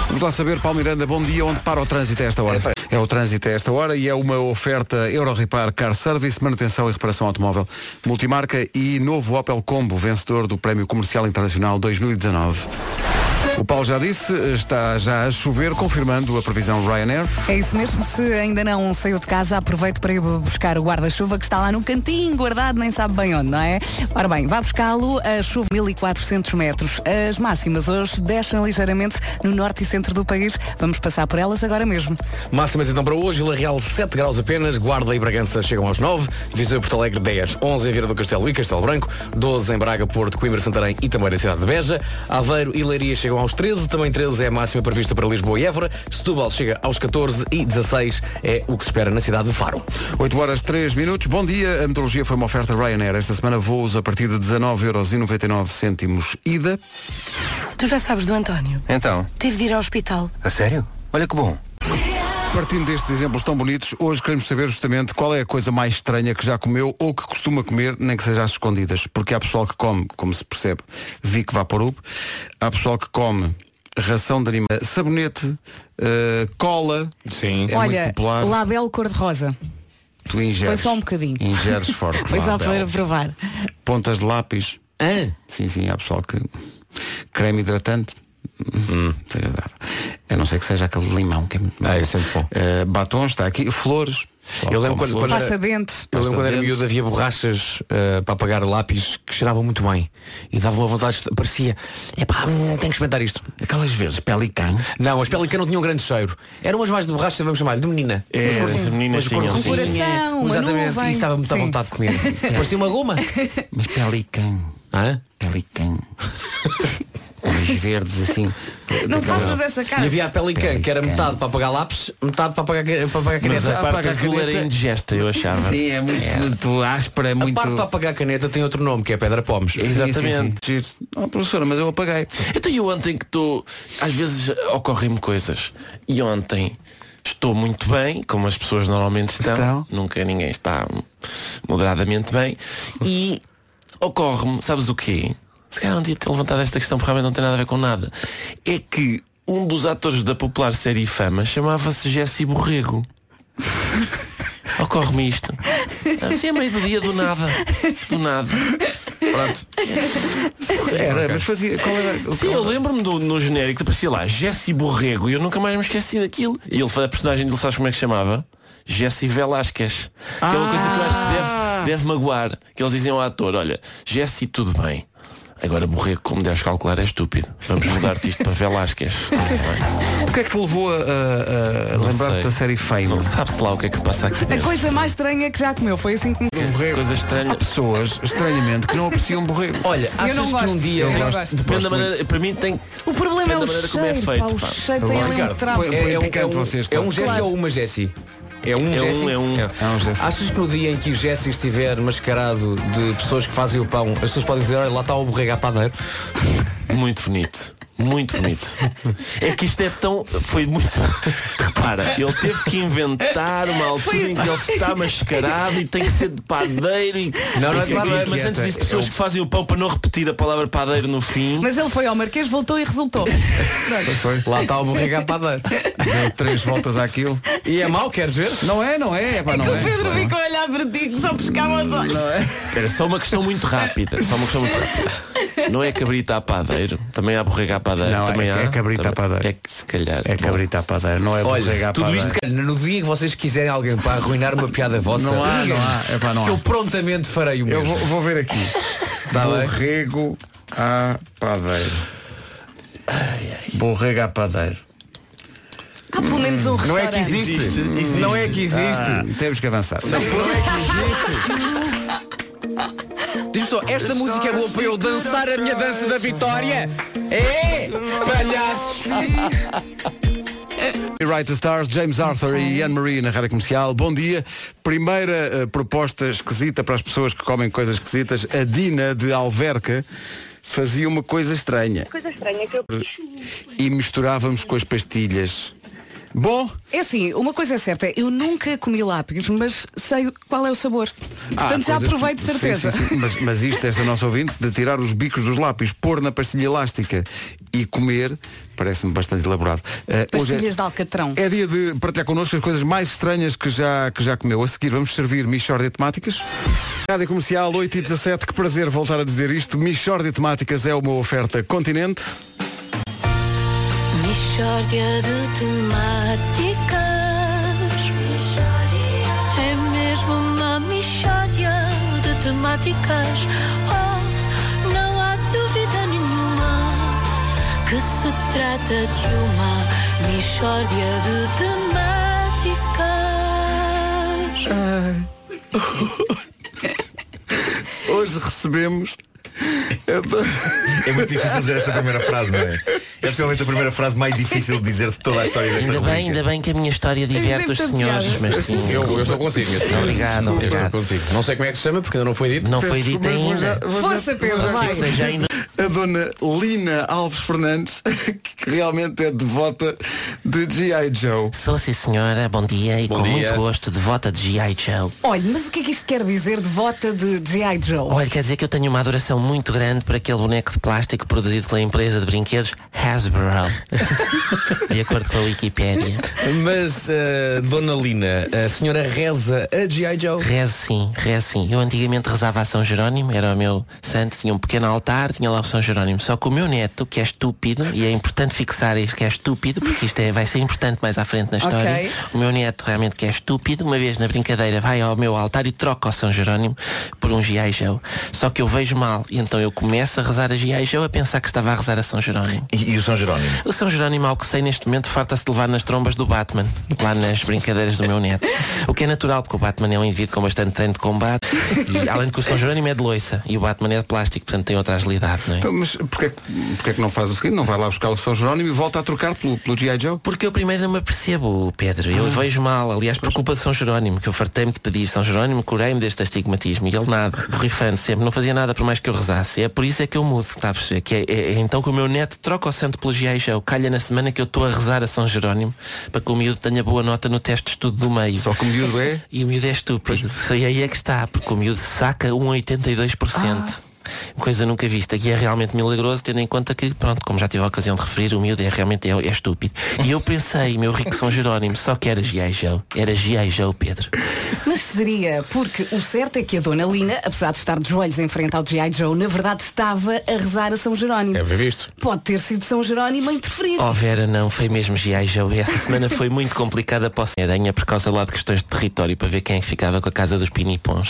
Vamos lá saber, Paulo Miranda, bom dia, onde para o trânsito a esta hora? É o trânsito a esta hora e é uma oferta Eurorepar Car Service, manutenção e reparação automóvel multimarca e novo Opel Combo, vencedor do Prémio Comercial Internacional 2019. O Paulo já disse, está já a chover, confirmando a previsão Ryanair.
É isso mesmo, se ainda não saiu de casa, aproveite para ir buscar o guarda-chuva que está lá no cantinho, guardado, nem sabe bem onde, não é? Ora bem, vá buscá-lo a chuva 1400 metros. As máximas hoje descem ligeiramente no norte e centro do país. Vamos passar por elas agora mesmo.
Máximas então para hoje, Vila Real 7 graus apenas, Guarda e Bragança chegam aos 9, Viseu e Porto Alegre 10, 11 em Vieira do Castelo e Castelo Branco, 12 em Braga, Porto, Coimbra, Santarém e também na cidade de Beja, Aveiro e Leiria chegam aos 13, também 13 é a máxima prevista para Lisboa e Évora, Setúbal chega aos 14 e 16 é o que se espera na cidade de Faro.
8 horas 3 minutos. Bom dia. A meteorologia foi uma oferta Ryanair. Esta semana voos a partir de 19,99€ ida.
Tu já sabes do António.
Então.
Teve de ir ao hospital.
A sério? Olha que bom. Partindo destes exemplos tão bonitos, hoje queremos saber justamente qual é a coisa mais estranha que já comeu ou que costuma comer, nem que seja às escondidas. Porque há pessoal que come, como se percebe, Vic Vaporub. Há pessoal que come ração de animal, sabonete, eh, cola. Sim. É muito
Olha,
popular.
label cor-de-rosa.
Tu ingeres.
Foi só um bocadinho.
Ingeres forte.
Foi só
Label.
para provar.
Pontas de lápis. Sim, sim, há pessoal que. Creme hidratante. Hum. desagradável. A não ser que seja aquele limão que é muito bom. Eh, batons, está aqui. Flores.
Eu lembro quando- quando
Pasta
era-
dentes.
Eu lembro quando era
Bastante.
miúdo havia borrachas eh, para apagar lápis que cheiravam muito bem e davam a vontade, de- parecia, epá, hum, tenho que experimentar isto.
Aquelas vezes, pelican.
Não, as pelican não tinham grande cheiro. Eram as mais de borracha, vamos chamar, de menina.
É,
Sim,
as
sim.
meninas
Mas cor
tinham,
de
sim.
rosinha.
Um Coração, uma
Exatamente,
nuvem.
e estava muito à
Sim.
vontade de comer. Parecia uma goma.
Mas pelican.
Hã?
Pelican. Olhos verdes assim.
Não
Daquela-
faças essa cara. E havia a pelican, que era metade para apagar lápis, metade para apagar, para apagar
Mas
caneta.
a parte azul era indigesta, eu achava.
Sim, é muito, muito áspera,
A
muito.
parte para apagar a caneta tem outro nome, que é pedra pomes.
Exatamente.
Giro. Oh, professora, mas eu apaguei.
Então eu ontem que estou. Às vezes ocorrem-me coisas. E ontem estou muito bem, como as pessoas normalmente estão. Nunca ninguém está moderadamente bem. E ocorre-me, sabes o quê? Se calhar um dia ter levantado esta questão, porque realmente não tem nada a ver com nada. É que um dos atores da popular série Fama chamava-se Jesse Borrego. Ocorre-me isto. Assim a meio do dia, do nada. Do nada. Pronto.
Era,
Ok.
mas fazia. Qual era?
Sim, eu lembro-me do- no genérico, aparecia lá Jesse Borrego e eu nunca mais me esqueci daquilo. E ele, a personagem dele, sabes como é que chamava? Jesse Velasquez. Que é uma coisa que eu acho que deve, deve magoar. Que eles diziam ao ator, olha, Jesse, tudo bem. Agora Borrego, como deves calcular, é estúpido. Vamos mudar-te isto para Velasquez.
O que é que te levou a, a- a lembrar-te da série Fame? Não
sabe-se lá o que é que se passa aqui
A coisa mais estranha que já comeu foi assim que me
Coisa estranha.
Ah, pessoas, estranhamente, que não apreciam borrego.
Olha,
Eu achas não que um gosto. dia- Eu Eu gosto. gosto.
Depende da
Gosto
maneira, para mim tem.
O problema é
depende
o
da maneira como é
cheiro,
feito.
pá, o
pá.
cheiro tem ali um trapo.
é, é um, é um, é um Jesse
Claro.
ou uma Jessie? É um,
É um,
Jesse?
é um.
Achas que no dia em que o Jesse estiver mascarado de pessoas que fazem o pão, as pessoas podem dizer, olha, lá está o borrego à padeiro?
Muito bonito. Muito bonito. É que isto é tão. Foi muito. Repara, ele teve que inventar uma altura em que ele está mascarado e tem que ser de padeiro e.
Não, não é
e-
de padeiro.
Mas antes disso, pessoas que fazem o pão para não repetir a palavra padeiro no fim.
Mas ele foi ao Marquês, voltou e resultou. Pronto.
Lá está o borrego à padeiro.
Deu três voltas àquilo.
E é mau, queres ver?
Não é, não é, pá, não
que
é.
o Pedro ficou a olhar para ti que só pescava os olhos.
Era só uma questão muito rápida. Só uma questão muito rápida. Não é cabrita a padeiro. Também há borrega a padeiro.
Não, é-
também há,
é cabrita
a padeiro. É que se calhar.
É cabrita a padeira, não é borrego
Olha,
à
tudo
padeira.
isto, cara, no dia em que vocês quiserem alguém para arruinar uma piada vossa,
Não há,
digam
não há, é pá, não
que
há.
eu prontamente farei o mesmo.
Eu vou, vou ver aqui.
Tá bem.
borrego à padeiro. Borrego à padeiro.
Há pelo menos um
Não é
restaurante.
que existe.
Existe.
Não é que existe.
Ah,
temos que avançar.
Diz só, esta música é boa para eu dançar a minha dança da vitória? É, palhaços!
Right the Stars, James Arthur e Anne-Marie na Rádio Comercial. Bom dia. Primeira eh, proposta esquisita para as pessoas que comem coisas esquisitas. A Dina de Alverca fazia uma coisa estranha.
Coisa estranha que eu.
E misturávamos com as pastilhas. Bom,
É assim, uma coisa é certa, eu nunca comi lápis, mas sei qual é o sabor.
Ah,
há
Portanto, já
Ah, coisas-
aprovei de
Sim,
certeza.
sim, sim. Mas, mas isto, esta nossa ouvinte, de tirar os bicos dos lápis, pôr na pastilha elástica e comer, parece-me bastante elaborado. Eh, hoje é-
Pastilhas de alcatrão.
É dia de partilhar connosco as coisas mais estranhas que já, que já comeu. A seguir vamos servir Michórdia de Temáticas. Rádio Comercial 8 e 17, que prazer voltar a dizer isto. Michórdia de Temáticas é uma oferta continente.
Mishória de temáticas É mesmo uma mishória de temáticas Oh, não há dúvida nenhuma Que se trata de uma mishória de temáticas
Hoje recebemos.
É muito difícil dizer esta primeira frase, não é? É possivelmente a primeira frase mais difícil de dizer de toda a história desta
Ainda bem,
rubrica.
ainda bem que a minha história diverte os senhores, mas sim.
Eu, eu estou consigo. neste caso.
Obrigado,
Eu estou
obrigado.
consigo. Não sei como é que se chama, porque ainda não foi dito.
Não foi dito
Desculpa, vou já-
ainda.
vou já- assim,
Força, Pedro,
vou já-
vai.
Seja ainda-
A dona Lina Alves Fernandes, que realmente é devota de G.I. Joe.
Sou sim senhora, bom dia e
Bom
com
dia.
muito gosto, devota de G.I. Joe.
Olha, mas o que é que isto quer dizer de vota de G.I. Joe?
Olha, quer dizer que eu tenho uma adoração muito grande por aquele boneco de plástico produzido pela empresa de brinquedos Hasbro. de acordo com a Wikipédia.
Mas, eh, Dona Lina, a senhora reza a G.I. Joe?
Rezo sim, rezo sim. Eu antigamente rezava a São Jerónimo, era o meu santo, tinha um pequeno altar, tinha lá o São Jerónimo. Só que o meu neto, que é estúpido, e é importante fixar isto que é estúpido, porque isto é, vai ser importante mais à frente na história.
Ok.
O meu neto realmente que é estúpido, uma vez na brincadeira vai ao meu altar e troca o São Jerónimo por um G.I. Joe. Só que eu vejo mal, e então eu começo a rezar a G.I. Joe a pensar que estava a rezar a São Jerónimo.
E, e o São Jerónimo?
O São Jerónimo, ao um que sei neste momento, farta-se de levar nas trombas do Batman, lá nas brincadeiras do meu neto. O que é natural, porque o Batman é um indivíduo com bastante treino de combate, e além de que o São Jerónimo é de loiça e o Batman é de plástico, portanto tem outra agilidade, não é?
Então, Mas porquê, porquê que não faz o seguinte? Não vai lá buscar o São Jerónimo e volta a trocar pelo, pelo G.I. Joe?
Porque eu primeiro não me apercebo, Pedro. Eu vejo mal, aliás, por culpa de São Jerónimo, que eu fartei-me de pedir São Jerónimo, curei-me deste astigmatismo. E ele nada, borrifando sempre, não fazia nada por mais que eu rezasse. É por isso é que eu mudo, está a perceber? Que é, é- é então que o meu neto troca o santo pelo G.I. Joe. Calha na semana que eu estou a rezar a São Jerónimo para que o miúdo tenha boa nota no teste de estudo do meio. Só
que o miúdo é?
um E o miúdo é estúpido. Isso aí é que está, porque o miúdo saca 1,82%. coisa nunca vista. Aqui é realmente milagroso, tendo em conta que, pronto, como já tive a ocasião de referir, o miúdo é realmente é, é estúpido. E eu pensei, meu rico São Jerónimo, só que era G.I. Joe. Era G.I. Joe, Pedro.
Mas seria, porque o certo é que a Dona Lina, apesar de estar de joelhos em frente ao G.I. Joe, na verdade estava a rezar a São Jerónimo.
É bem visto.
Pode ter sido São Jerónimo a interferir.
Oh Vera, não, foi mesmo G.I. Joe. Essa semana foi muito complicada para o Senhor Aranha por causa lá de questões de território, para ver quem é que ficava com a casa dos pinipons.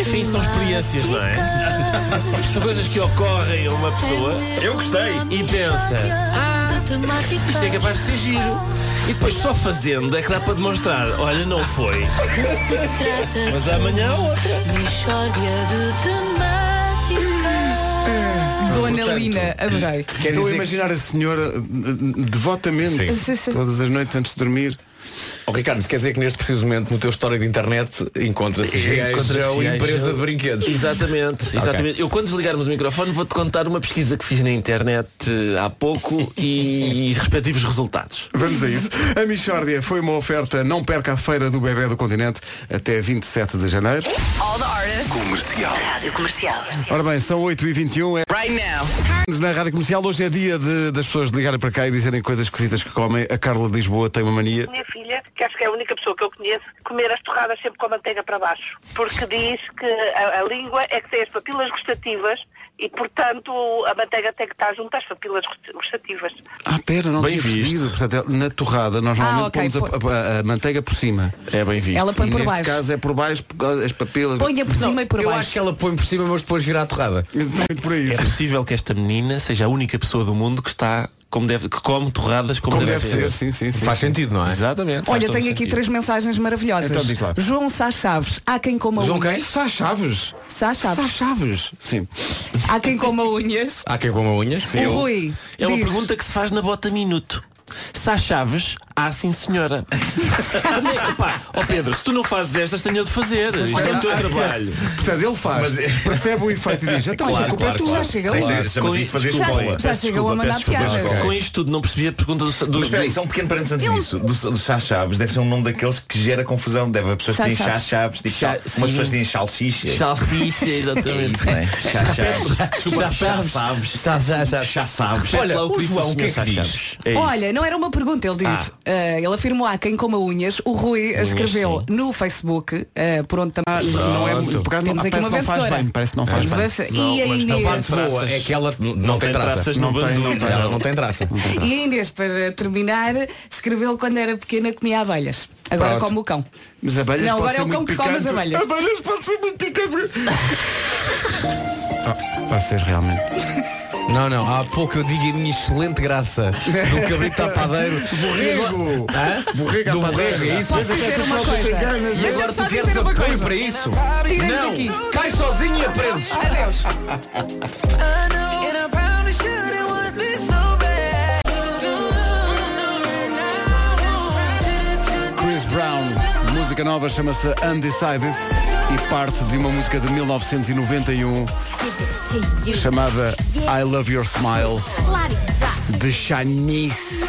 Enfim, são experiências, não é?
São coisas que ocorrem a uma pessoa. Eu gostei. E pensa, ah, isto é capaz de ser giro. E depois só fazendo é que dá para demonstrar, olha, não foi. Mas amanhã outra.
Dona
Portanto,
Lina, adorei.
Estou a imaginar a senhora eh, eh, devotamente
Sim. Sim, sim.
todas as noites antes de dormir.
Oh, Ricardo, se quer dizer que neste preciso momento no teu histórico de internet encontra-se
Encontra-se
a
gajo.
empresa de brinquedos.
Exatamente, exatamente. Eu quando desligarmos o microfone vou-te contar uma pesquisa que fiz na internet eh, há pouco e, e os respectivos resultados.
Vamos a isso. A Michórdia foi uma oferta, não perca a feira do bebê do continente até 27 de janeiro.
All the artists. Comercial. Rádio comercial.
Ora bem, são 8h21. É...
Right now.
Na Rádio Comercial, hoje é dia de- das pessoas ligarem para cá e dizerem coisas esquisitas que comem. A Carla de Lisboa tem uma mania.
Minha filha, que acho que é a única pessoa que eu conheço, comer as torradas sempre com a manteiga para baixo. Porque diz que a, a língua é que tem as papilas gustativas e, portanto, a manteiga tem que estar junto às papilas gust- gustativas.
Ah, pera, não bem tinha percebido. Portanto, é na torrada, nós
Ah,
normalmente
ok,
pomos a- a, a manteiga por cima.
É bem
visto. Ela põe
e
por
neste
baixo.
caso é por baixo, por causa- as papilas.
Põe-a por cima e por
Eu
baixo.
acho que ela põe por cima, mas depois vira a torrada.
É possível que esta menina seja a única pessoa do mundo que está como deve, que come torradas como,
Como
deve,
deve
ser.
ser, sim, sim, sim.
Faz sentido, não é? Exatamente. faz
Olha,
todo
tenho
sentido.
aqui três mensagens maravilhosas.
Então diz lá.
João Sá Chaves, há quem coma
João
unhas.
quem? Sá Chaves?
Sá Chaves.
Chaves? Sim.
Há quem coma unhas.
Há quem coma unhas?
O Rui
É uma
diz-
pergunta que se faz na bota minuto. Se há chaves, há sim senhora. Como é que- pá, ó Pedro, se tu não fazes estas, tenho de fazer. Isto é o teu trabalho.
Portanto, ele faz, percebe o efeito e diz, então
é- Claro,
a culpa
claro,
é tua.
claro. Já chega Tens de- lá. chama-se
Com
isto fazer
desculpa.
escola. Já
Peço
chegou a
desculpa,
mandar
peço desculpa,
piadas.
escola.
Com isto tudo, não percebi a pergunta do... do
Mas espera aí,
do-
só um pequeno parênteses antes disso. Do, do Chá Chaves deve ser um nome daqueles que gera confusão. Deve haver pessoas que
Chá
têm Chá
Chaves.
Chaves, tipo,
Chá-
umas
sim.
pessoas têm salsicha.
Salsicha,
É
exatamente.
um- isso, né? Chá
Chá
Chaves.
Chaves.
Chá Chaves. Chá Chaves.
Olha,
Lá
o
disse
João, o que é
senhor
que
Chá
diz?
Chaves.
Olha, não era uma pergunta, ele disse.
Ah.
Ah, ele afirmou há quem coma unhas. O Rui
Unhas,
escreveu no Facebook, ah, por onde também.
não é- por acaso não-
Temos aqui
parece
uma
que não faz
vencedora.
bem, parece que não faz bem.
Vence-
Não,
E a
mas não
Inês.
parte
Boa,
Traças.
é que ela não, não tem traças.
não tem, não tem.
Ela não tem traça.
E a Inês, para terminar, escreveu quando era pequena comia abelhas. Agora
Pronto.
come o cão.
Mas abelhas
Não,
pode
agora
ser
é o cão
muito
que come as
picante.
abelhas.
Abelhas pode ser muito picante. Vocês realmente.
Não, não, há pouco eu digo a minha excelente graça do cabrito à padeiro.
Borrego!
Hã?
Borrego à
do
padeira.
borrego, é isso?
Posso dizer
Tu
uma
próprio
coisa?
tens ganas,
Deixa-me
agora
só
tu queres
dizer uma
apoio
coisa.
para isso?
Tá,
Tira-te daqui.
Não! Cai sozinho e aprendes!
Adeus!
Chris Brown, música nova chama-se Undecided e parte de uma música de 1991 chamada I Love Your Smile de Shanice,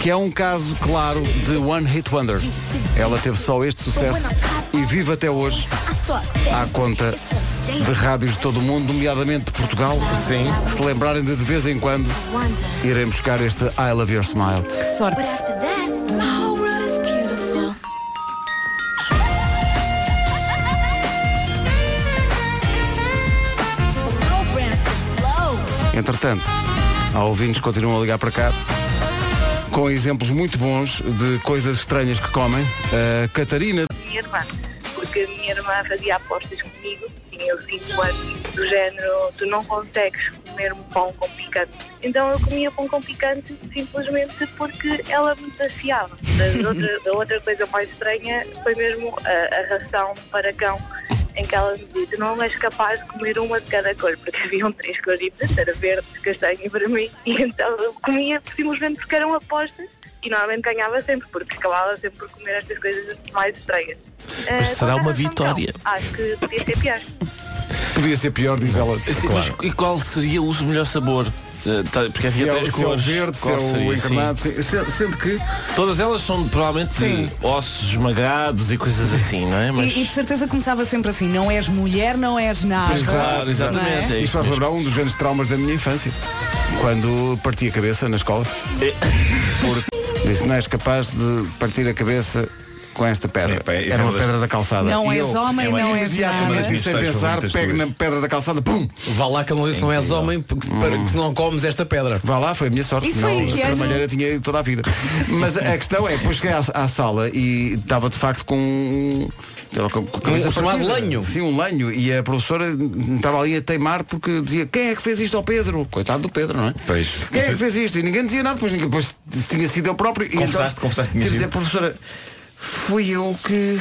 que é um caso claro de One Hit Wonder. Ela teve só este sucesso e vive até hoje à conta de rádios de todo o mundo, nomeadamente de Portugal. Sim. Se lembrarem de de vez em quando, iremos buscar este I Love Your Smile.
Que sorte.
Entretanto, há ouvintes que continuam a ligar para cá com exemplos muito bons de coisas estranhas que comem. A Catarina
Minha irmã, porque a minha irmã fazia apostas comigo, tinha eu 5 anos, do género, tu não consegues comer um pão com picante. Então eu comia pão com picante simplesmente porque ela me saciava. Mas outra, a outra coisa mais estranha foi mesmo a, a ração para cão, em que ela me disse, tu não és capaz de comer uma de cada cor, porque haviam três cores diferentes, era verde, castanho e vermelho, e então eu comia simplesmente porque eram apostas. E normalmente ganhava sempre, porque acabava sempre por comer estas coisas mais estranhas. Eh,
Mas será uma
qual era a razão?
vitória.
Acho que podia ser pior.
podia ser pior, diz ela.
Sim, mas e qual seria o melhor sabor? Eh, tá- Porque
Se
havia
é o-
três
se é o
cores.
verde, se
Qual
é o
seria?
encarnado,
Sim.
Sendo que.
Todas elas são provavelmente de ossos esmagados e coisas assim, não é? Mas...
E, e de certeza começava sempre assim, não és mulher, não és nada.
Exato, exatamente,
Não
é
Isto
isso
faz
mesmo.
lembrar um dos grandes traumas da minha infância. Quando parti a cabeça na escola.
É.
Porque disse, não és capaz de partir a cabeça com esta pedra. Era uma pedra da calçada.
Não
E
és
eu,
homem, não és
Imediatamente
nada.
disse sem pensar, pego na pedra da calçada, pum!
Vá lá que ele não disse não és homem porque para que não comes esta pedra.
Vá lá, foi a minha sorte.
E foi em
senão
que é,
a
ano?
trabalheira tinha ido toda a vida. Mas a questão é, depois cheguei à, à sala e estava de facto com um. estava com- com a cabeça
Um chamado
partida.
lenho.
Sim, um lenho. E a professora estava ali a teimar porque dizia quem é que fez isto ao Pedro? Coitado do Pedro, não é?
Pois.
Quem é que fez isto? E ninguém dizia nada, pois ninguém, pois tinha sido eu próprio. E então
Confessaste, confessaste que tinha
tive de
sido.
dizer, professora, fui eu que.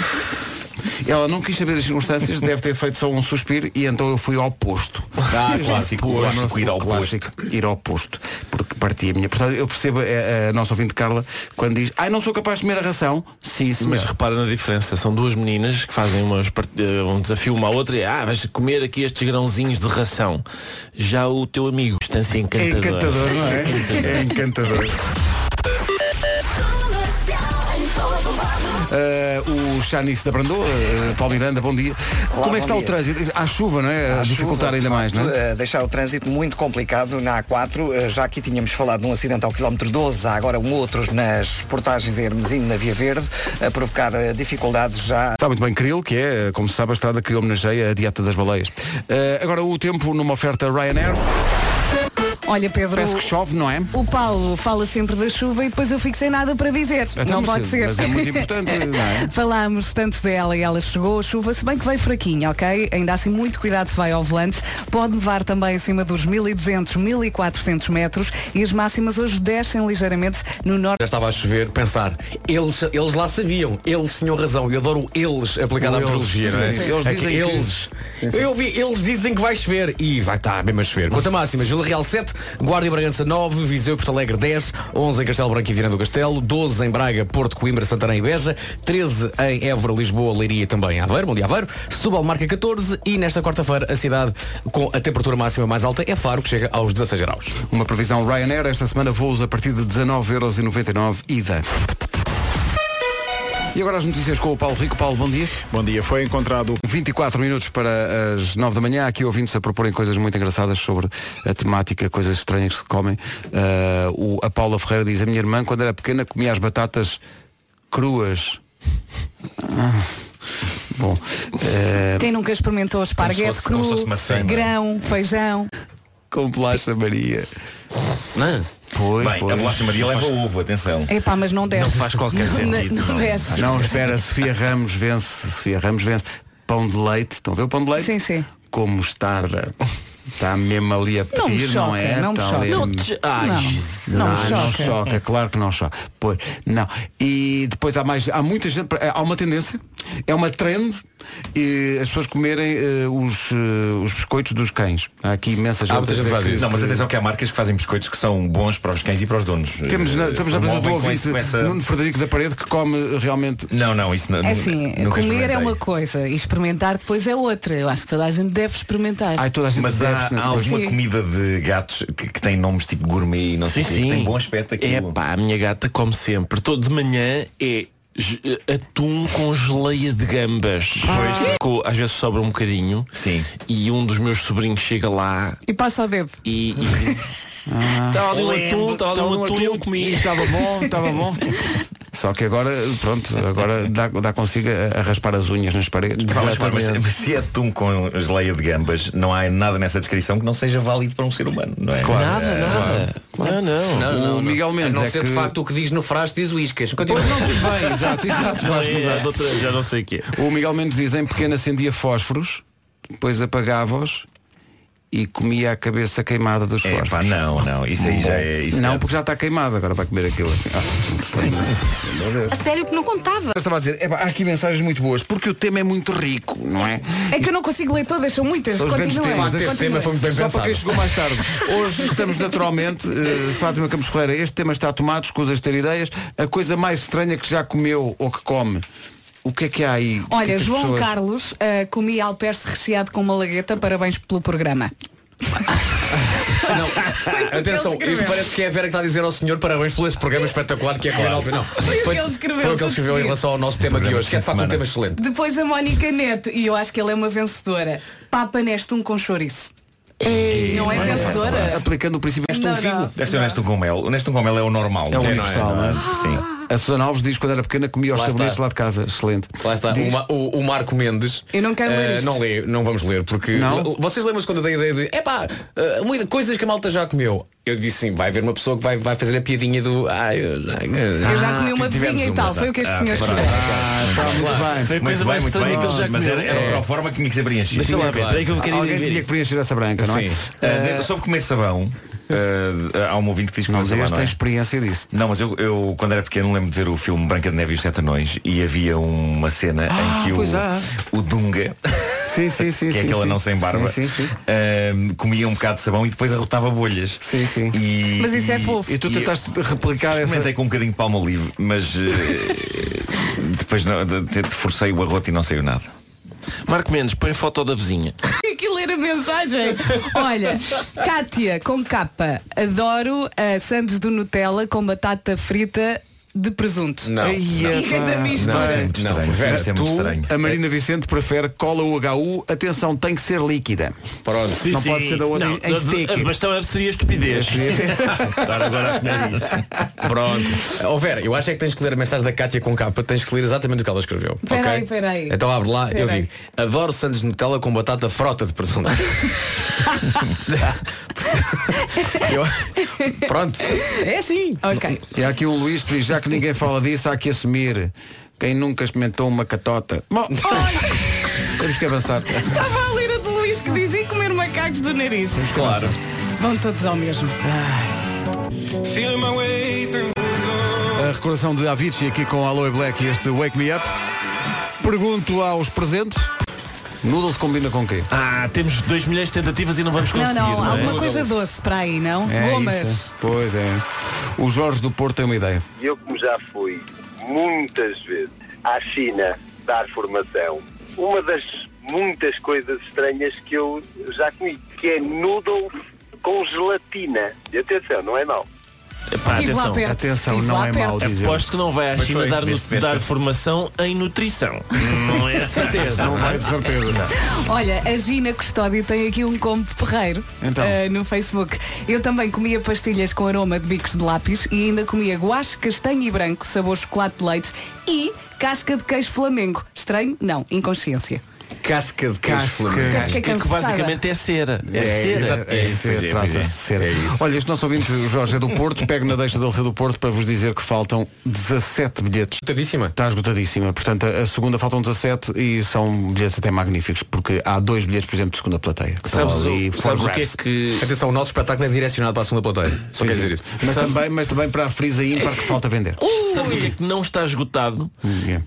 Ela não quis saber das circunstâncias, deve ter feito só um suspiro e então eu fui ao posto.
Ah, clássico,
Pô,
clássico,
nosso
ir ao
clássico, ir ao posto. Porque partia a minha. Portanto, eu percebo a, a nossa ouvinte Carla quando diz, ai, não sou capaz de comer a ração. Sim, sim.
Mas repara na diferença, são duas meninas que fazem umas part- eh, um desafio uma à outra e ah, vais comer aqui estes grãozinhos de ração. Já o teu amigo, distância
É
encantadora.
encantador, não é?
Encantador.
É encantador. Ah, o Chanice da Brandoa, ah, Paulo Miranda, bom dia. Como é que está
bom
o
dia.
trânsito? Há chuva, não é? A dificultar ainda mais, não é?
Eh, deixar o trânsito muito complicado na A4. eh, já aqui tínhamos falado de um acidente ao quilómetro 12, há agora um outros nas portagens em Hermesino, na Via Verde, a provocar eh, dificuldades já.
Está muito bem, Cril, que é, como se sabe, a estrada que homenageia a dieta das baleias. Ah, agora o tempo numa oferta Ryanair.
Olha, Pedro.
Parece que chove, não é?
O Paulo fala sempre da chuva e depois eu fico sem nada para dizer.
Então,
não
mas-
pode ser.
mas é muito importante, não é?
Falámos tanto dela e ela chegou, a chuva, se bem que veio fraquinha, ok? Ainda assim, muito cuidado se vai ao volante. Pode nevar também acima dos 1200, 1400 metros e as máximas hoje descem ligeiramente no norte.
Já estava a chover, pensar, eles, eles lá sabiam, eles tinham razão, eu adoro o eles
O
aplicado à
eles,
meteorologia, não é?
sim, sim. Eles
É
dizem
que
que-
eles. Eu ouvi, eles dizem que vai chover e vai estar mesmo a chover. Conta máximas, Vila Real 7, Guarda e Bragança 9, Viseu e Porto Alegre 10, 11 em Castelo Branco e Viana do Castelo, 12 em Braga, Porto, Coimbra, Santarém e Beja, 13 em Évora, Lisboa, Leiria e também Aveiro, Bom dia Aveiro, Setúbal marca 14 e nesta quarta-feira a cidade com a temperatura máxima mais alta é Faro, que chega aos 16 graus.
Uma previsão Ryanair, esta semana voos a partir de 19,99€ ida. E agora as notícias com o Paulo Rico. Paulo, bom dia.
Bom dia. Foi encontrado
24 minutos para as 9 da manhã. Aqui ouvindo-se a proporem coisas muito engraçadas sobre a temática, coisas estranhas que se comem. Ah, o, a Paula Ferreira diz, a minha irmã, quando era pequena, comia as batatas cruas. Ah, bom. eh,
Quem nunca experimentou esparguete
fosse- como se fosse
cru,
maçã, não é?
grão, feijão?
com bolacha Maria.
Não.
Pois,
Bem,
pois.
a bolacha Maria leva ovo, atenção.
Epá, mas não desce. Não, não desce.
Não, espera, Sofia Ramos vence. Sofia Ramos vence. Pão de leite. Estão a ver o pão de leite? Sim,
sim.
Com mostarda. Está mesmo ali a pedir, não,
Não me choca,
é?
não me
Está
choca.
ali a-
Não te- Ai, Não, Jesus. não me
Ah, não
choca.
choca, claro que não choca. Pois, não. E depois há mais, há muita gente, há uma tendência, é uma trend, e as pessoas comerem eh, os, eh, os biscoitos dos cães. Há aqui imensas
Não, mas atenção que há marcas que fazem biscoitos que são bons para os cães e para os donos.
Temos na,
Eh,
estamos na presença do
promovem com
ouvinte
esse- com essa-
Nuno Frederico da Parede que come realmente.
Não, não, isso não.
É assim,
nunca
comer é
experimentei.
uma coisa e experimentar depois é outra. Eu acho que toda a gente deve experimentar.
Mas há,
né?
há alguma
Sim.
comida de gatos que, que tem nomes tipo gourmet e não sei o quê, que tem bom aspecto aqui.
É pá, a minha gata come sempre. Todo de manhã é ge- atum com geleia de gambas. Com- às vezes sobra um bocadinho. Sim. E um dos meus sobrinhos chega lá
E passa o dedo.
e. e... Estava ali um atum, estava
tá
ali um atum, eu comi.
Então, Estava bom, estava bom. Só que agora, pronto, agora dá, dá consigo a, a raspar as unhas nas paredes.
Mas, mas, mas,
Exatamente.
mas se é atum com geleia de gambas, não há nada nessa descrição que não seja válido para um ser humano, não é?
Claro.
Nada,
Eh,
nada.
Não, não.
Não, não,
O
não.
Miguel Mendes
A não
é
ser
que-
de facto o que diz no frasco diz o iscas. Continua.
Pois não, tudo bem, exato, exato,
Não,
Vasco,
é,
exato.
de outra- já não sei o que é.
O Miguel Mendes diz, em pequeno acendia fósforos, depois apagava-os e comia a cabeça queimada dos fósforos.
É, não, não, isso aí já é- isso
não,
já-
porque já está queimado, agora vai comer aquilo. assim. Ah, meu Deus.
A sério que não contava.
Eu estava a dizer, "Epá, há aqui mensagens muito boas, porque o tema é muito rico, não é?
É que eu não consigo ler todas, são muitas.
São os grandes
Continuem.
temas.
continuem.
Só para quem chegou mais tarde. Hoje estamos naturalmente, eh, Fátima Campos Ferreira, este tema está tomado, escusas de ter ideias. A coisa mais estranha que já comeu ou que come, o que é que há aí? O que é
Olha,
que as
João eh,
pessoas-
Carlos ah, comia alperce recheado com malagueta, parabéns pelo programa.
Não, atenção,
escreveu.
isto parece que é a Vera que está a dizer ao senhor parabéns pelo esse programa espetacular que é claro. Não, foi,
que
Foi
ele escreveu,
o que ele escreveu
tudo
em
seguido.
relação ao nosso tema de hoje, que é de facto um tema excelente.
Depois a Mónica Neto, e eu acho que ela é uma vencedora. Papa Neste um com chouriço. Não é vencedora?
Aplicando o princípio
Neste um Não, figo. não.
Deve ser honesto com mel. Honesto com mel é o normal.
É o universal, não é?
Sim.
A Susana Alves diz que quando era pequena comia os
Ah. Lá
sabonetes
está.
lá de casa. Excelente.
Lá está,
Diz-
o, Ma- o- o Marco Mendes.
Eu não quero ler
eh,
isto.
Não lê, não vamos ler, porque.
Não?
L- Vocês lembram-se quando eu dei a ideia de. Epá, eh, muita- coisas que a malta já comeu. Eu disse sim, vai haver uma pessoa que vai, vai fazer a piadinha do. Ai, eu
Ah,
já,
Eu já comi uma
tivemos
vizinha e tal, foi o que este senhor escreveu.
Ah,
Ah, Foi a coisa mais estranha que ele já
comeu.
Mas era, era uma forma que tinha que ser preenchida.
Deixa lá ver,
Claro.
peraí que eu quero ir
Alguém
ver
tinha
isso. preencher essa branca,
não
não
é?
é?
Eh,
Eh,
sobre comer sabão, eh, há um ouvinte que diz que
Não,
come
mas
sabão.
este
não
tem
é?
experiência disso.
Não, mas eu, eu, quando era pequeno lembro de ver o filme Branca de Neve e os Sete Anões e havia uma cena
Ah,
em que
pois
o,
é.
há.
o Dunga,
Sim, sim, sim.
que é
sim,
aquele
sim.
anão sem barba,
Sim, sim, sim.
ehm, comia um bocado de sabão e depois arrotava bolhas.
Sim, sim.
E,
Mas isso é
e-
fofo. E tu tentaste replicar essa-
Experimentei com um bocadinho de palma livre, mas eh, depois não, de- de- forcei o arroto e não saiu nada.
Marco Mendes, põe foto da vizinha.
Aquilo era mensagem. Olha, Kátia, com capa, adoro a Sandes do Nutella com batata frita de presunto.
Não.
Ei,
não,
epá.
não,
Não,
não, não, Vera,
é
tu-
A Marina Vicente prefere cola UHU. Atenção, tem que ser líquida.
Pronto.
não pode ser da outra
Não,
em- em stick.
Mas então seria estupidez. Estar agora a comer isso.
Pronto. Ó Vera, eu acho é que tens que ler a mensagem da Cátia com capa, tens que ler exatamente o que ela escreveu.
Peraí,
ok?
peraí.
Então abre lá, eu
Peraí.
digo, adoro Santos de Nutella com batata frota de presunto. Eu- Pronto. É assim.
Ok.
E há aqui um Luís que diz, já que ninguém fala disso, há que assumir. Quem nunca experimentou uma catota. Bom, temos que avançar.
Estava a ler a de Luís que dizia comer macacos do nariz.
Claro.
Vão todos ao mesmo.
A recordação de Avicii aqui com Aloe Black e este Wake Me Up. Pergunto aos presentes. Noodles combina com quê?
Ah, temos 2 milhões de tentativas e não vamos
Não,
conseguir.
não,
é?
alguma coisa doce para aí, não?
né? É
Gomas.
isso. Pois é. O Jorge do Porto tem uma ideia.
E eu, como já fui muitas vezes à China dar formação, uma das muitas coisas estranhas que eu já comi, que é noodles com gelatina. E atenção, não é mau.
Pá,
Estive lá
atenção,
perto.
Atenção, Estive não lá é perto. mau dizer.
Aposto que não vai à
Mas
China
foi,
dar,
veste, veste.
dar formação em nutrição. Não é certeza.
Não vai de certeza.
Olha, a Gina Custódio tem aqui um combo perreiro
Então.
eh, no Facebook. Eu também comia pastilhas com aroma de bicos de lápis e ainda comia guache, castanho e branco, sabor chocolate de leite e casca de queijo flamengo. Estranho? Não, inconsciência.
Casca de
queijo
flamengo.
Que, que basicamente é cera. É, cera.
É, cera, trata-se de cera. Olha, este nosso ouvinte, o Jorge, é do Porto. Pego na deixa dele ser do Porto para vos dizer que faltam 17 bilhetes.
Esgotadíssima?
Está esgotadíssima. Portanto, a a segunda faltam 17 e são bilhetes até magníficos, porque há dois bilhetes, por exemplo, de segunda plateia. que estão
Sabes,
ali
o,
for
sabes o que é
grabs.
que. Atenção, o nosso espetáculo é direcionado para a segunda plateia. Só quer
sim.
dizer isso.
Mas também, mas também para a Frisa ímpar que falta vender.
Sabes o que é que não está esgotado?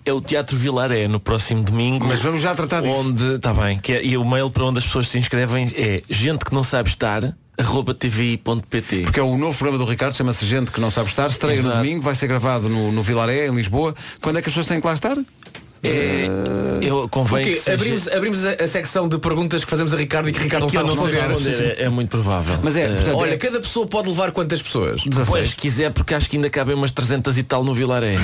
É o Teatro Vilaré no próximo domingo.
Mas vamos já tratar disso.
Onde, está bem, que é- e o mail para onde as pessoas se inscrevem é gente que não sabe estar, arroba tvi.pt.
Porque é o novo programa do Ricardo, chama-se Gente que não sabe estar, estreia no
Exato.
domingo, vai ser gravado no, no Vilaré, em Lisboa. Quando é que as pessoas têm que lá estar?
É, eu convém
Ok,
que seja-
abrimos, abrimos a, a secção de perguntas que fazemos a Ricardo e que Ricardo não
Que ele
sabe
não sabe
responder.
responder, é- é muito provável.
Mas é,
Eh,
portanto,
olha,
olha, cada pessoa pode levar quantas pessoas?
Pois, quiser, porque acho que ainda cabem umas 300 e tal no Vilaré.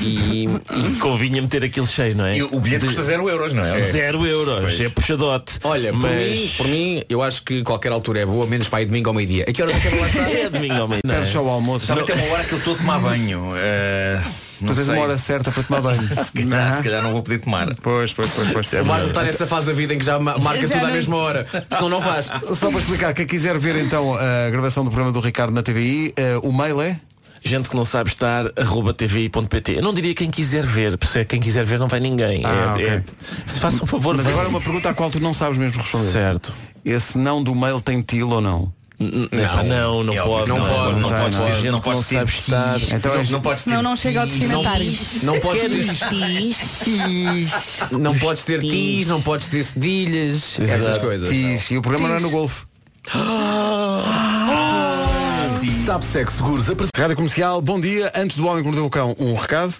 E, e convinha meter aquilo cheio, não é?
E o bilhete custa zero euros, não é?
Zero euros,
Pois.
é puxadote.
Olha, por,
Mas-
mim, por mim, eu acho que qualquer altura é boa, menos para ir domingo ao meio-dia. A que horas é que eu vou lá estar?
É domingo ao meio-dia.
Perde só o almoço.
Sabe
Não.
até uma hora que eu estou a tomar banho. eh, não
Tu tens
sei.
uma hora certa para tomar banho. é?
Se calhar, se calhar não vou poder tomar.
Pois, pois, pois, pois.
O Marco está nessa fase da vida em que já ma- marca
Já
tudo à
não-
mesma hora. Senão não faz.
Só para explicar, quem quiser ver então a gravação do programa do Ricardo na TVI, eh, o mail é.
Gente que não sabe estar, arroba tvi.pt. Eu não diria quem quiser ver, porque se é quem quiser ver não vai ninguém.
Ah,
É- é- se faça um favor.
Mas
vejam.
é
agora uma pergunta à qual tu não sabes mesmo responder.
Certo.
Esse não do mail tem tilo ou não?
Epá, não, não pode, não pode, não pode ter gente, não pode ter estar.
Então é-
Senão não chega ao destinatário.
Não podes
Quero
ter-
isto.
Não podes ter tis, não podes ter cedilhas,
Exato.
essas coisas.
Tis. E o programa não é no
Tis.
golfe.
Sabe Seguros
Rádio Comercial, bom dia. Antes do Homem que Mordeu o Cão, um recado.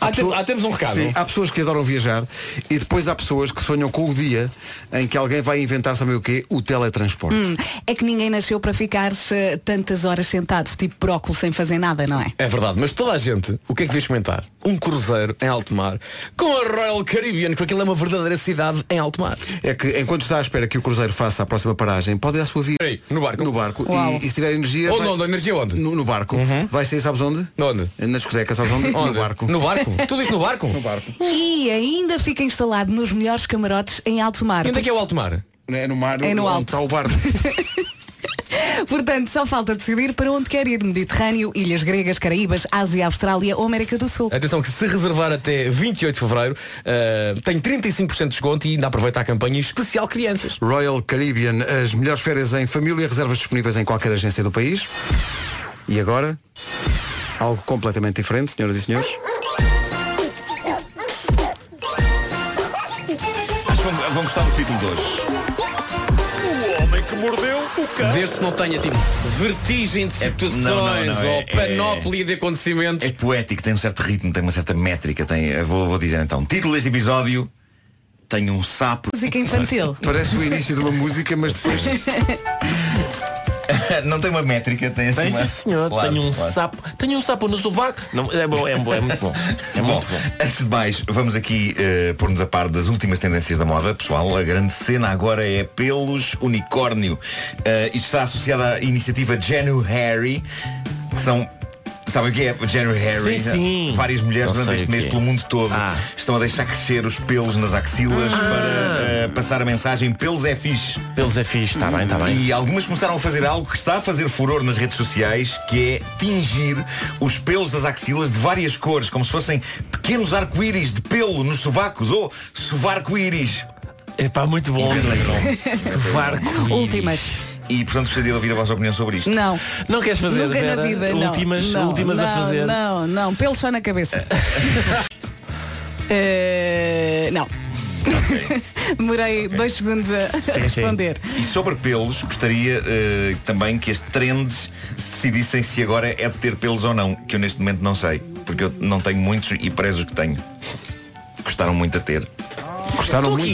Há,
tem- há temos um recado.
Sim, há pessoas que adoram viajar e depois há pessoas que sonham com o dia em que alguém vai inventar, sabe o quê? O teletransporte.
Hum, é que ninguém nasceu para ficar eh, tantas horas sentados, tipo brócolis sem fazer nada, não é?
É verdade, mas toda a gente, o que é que devia experimentar? Um cruzeiro em alto mar com a Royal Caribbean, porque aquilo é uma verdadeira cidade em alto mar.
É que enquanto está à espera que o cruzeiro faça a próxima paragem, pode ir à sua vida.
no barco.
No barco.
Uau.
E, e se tiver energia.
Onde,
vai-
onde? Energia onde?
No, no barco. Vai sair, sabes onde?
Onde?
Na discoteca, sabes onde? No
Uhum. Onde?
barco.
No barco? Tudo isto no barco?
No barco.
E ainda fica instalado nos melhores camarotes em alto mar.
E onde é que é o alto mar?
É no mar,
É no
onde
alto.
está o barco.
Portanto, só falta decidir para onde quer ir, Mediterrâneo, Ilhas Gregas, Caraíbas, Ásia, Austrália ou América do Sul.
Atenção que se reservar até 28 de Fevereiro eh, tem 35% de desconto e ainda aproveita a campanha especial crianças.
Royal Caribbean, as melhores férias em família, reservas disponíveis em qualquer agência do país. E agora, algo completamente diferente, senhoras e senhores.
Acho que vão, vão gostar do título de hoje.
O homem que mordeu o cão.
Desde que não tenha tipo vertigem de situações
É, não, não, não,
ou
é-
panóplia de acontecimentos.
É poético, tem um certo ritmo, tem uma certa métrica. Tem, eu vou, vou dizer então. Título deste episódio: Tem um sapo.
Música infantil.
Parece o início de uma música, mas depois. é
não tem uma métrica, tem assim
Tem
uma...
sim senhor,
Claro,
tenho um
claro.
sapo, tenho um sapo no sovaco. Não, é bom, é bom, é muito bom. É
Bom,
muito bom.
antes de mais, vamos aqui eh, pôr-nos a par das últimas tendências da moda, pessoal. A grande cena agora é pelos unicórnio. Eh, isto está associado à iniciativa January, que são. Sabem o que é January?
Sim, sim.
Várias mulheres
Eu sei
durante este
o
mês
que é.
pelo mundo todo estão a deixar crescer os pelos nas axilas
Ah.
para eh, passar a mensagem pelos é fixe.
Pelos é fixe, está bem, está bem.
E algumas começaram a fazer algo que está a fazer furor nas redes sociais, que é tingir os pelos das axilas de várias cores, como se fossem pequenos arco-íris de pelo nos sovacos ou sovarco-íris.
É pá, muito bom.
Sovarco-íris.
Últimas.
E portanto gostaria de ouvir a vossa opinião sobre isto.
Não.
Não queres fazer,
Nunca na
Vera?
vida, não.
Últimas-
Não,
últimas a
não,
fazer.
Não, não, pelo só na cabeça. Eh, não. Demorei dois segundos a a responder.
E sobre pelos, gostaria eh, também que as trends se decidissem se agora é de ter pelos ou não, que eu neste momento não sei, porque eu não tenho muitos e prezo que tenho. Gostaram muito a ter.
Gostaram
muito.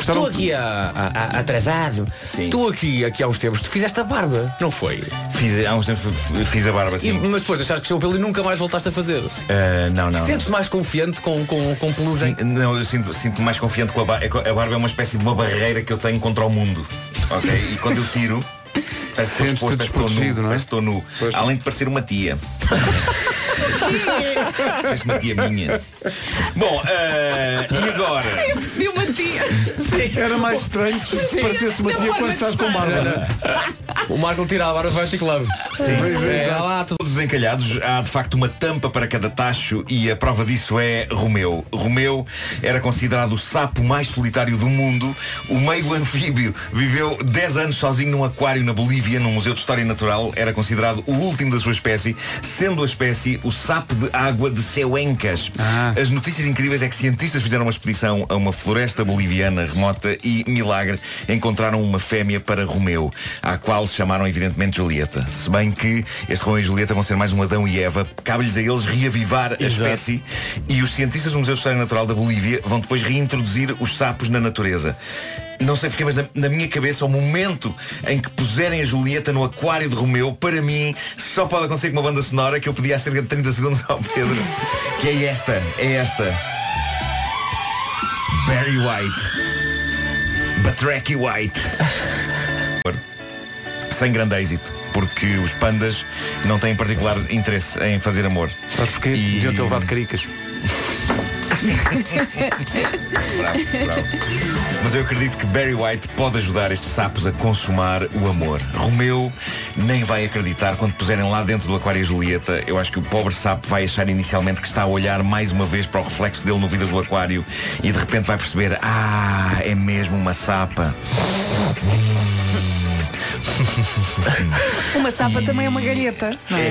Estou aqui a, a- a- atrasado. Tu aqui, aqui há uns tempos, tu fizeste a barba, não foi?
Fiz, há uns tempos f- fiz a barba
E-
assim.
mas depois deixaste crescer o pelo e nunca mais voltaste a fazer.
Eh, não, não.
Sentes-te mais confiante com, com, com pelugem?
Sim, não, eu sinto- sinto-me mais confiante com a barba. A barba é uma espécie de uma barreira que eu tenho contra o mundo. Ok? E quando eu tiro. Parece que estou exposto, parece que estou
é?
nu, parece que estou nu. Além de parecer uma tia. parece uma tia minha. Bom, eh, e agora?
Eu percebi uma tia.
Era mais estranho se parecesse uma tia quando estás com barba.
O Marco tira a barba vai ter club.
Sim,
é,
é,
há lá tudo.
todos encalhados, há de facto uma tampa para cada tacho e a prova disso é Romeu. Romeu era considerado o sapo mais solitário do mundo, o meio anfíbio. Viveu 10 anos sozinho num aquário na Bolívia, num museu de história natural. Era considerado o último da sua espécie, sendo a espécie o sapo de água de Ceuencas.
Ah.
As notícias incríveis é que cientistas fizeram uma expedição a uma floresta boliviana remota e, milagre, encontraram uma fêmea para Romeu, à qual chamaram evidentemente Julieta. Se bem que este Romeu e Julieta vão ser mais um Adão e Eva, cabe-lhes a eles reavivar a espécie e os cientistas do Museu de História Natural da Bolívia vão depois reintroduzir os sapos na natureza. Não sei porquê, mas na, na minha cabeça, o momento em que puserem a Julieta no aquário de Romeu, para mim, só pode acontecer com uma banda sonora que eu pedi há cerca de 30 segundos ao Pedro. Que é esta, é esta. Barry White. Batracky White. Sem grande êxito. Porque os pandas não têm particular interesse em fazer amor. Sabes porquê? E... Deviam ter levado caricas. Bravo, bravo. Mas eu acredito que Barry White pode ajudar estes sapos a consumar o amor. Romeu nem vai acreditar quando puserem lá dentro do aquário a Julieta. Eu acho que o pobre sapo vai achar inicialmente que está a olhar mais uma vez para o reflexo dele no vidro do aquário e de repente vai perceber, ah, é mesmo uma sapa.
Uma sapa também é uma galheta. Não é?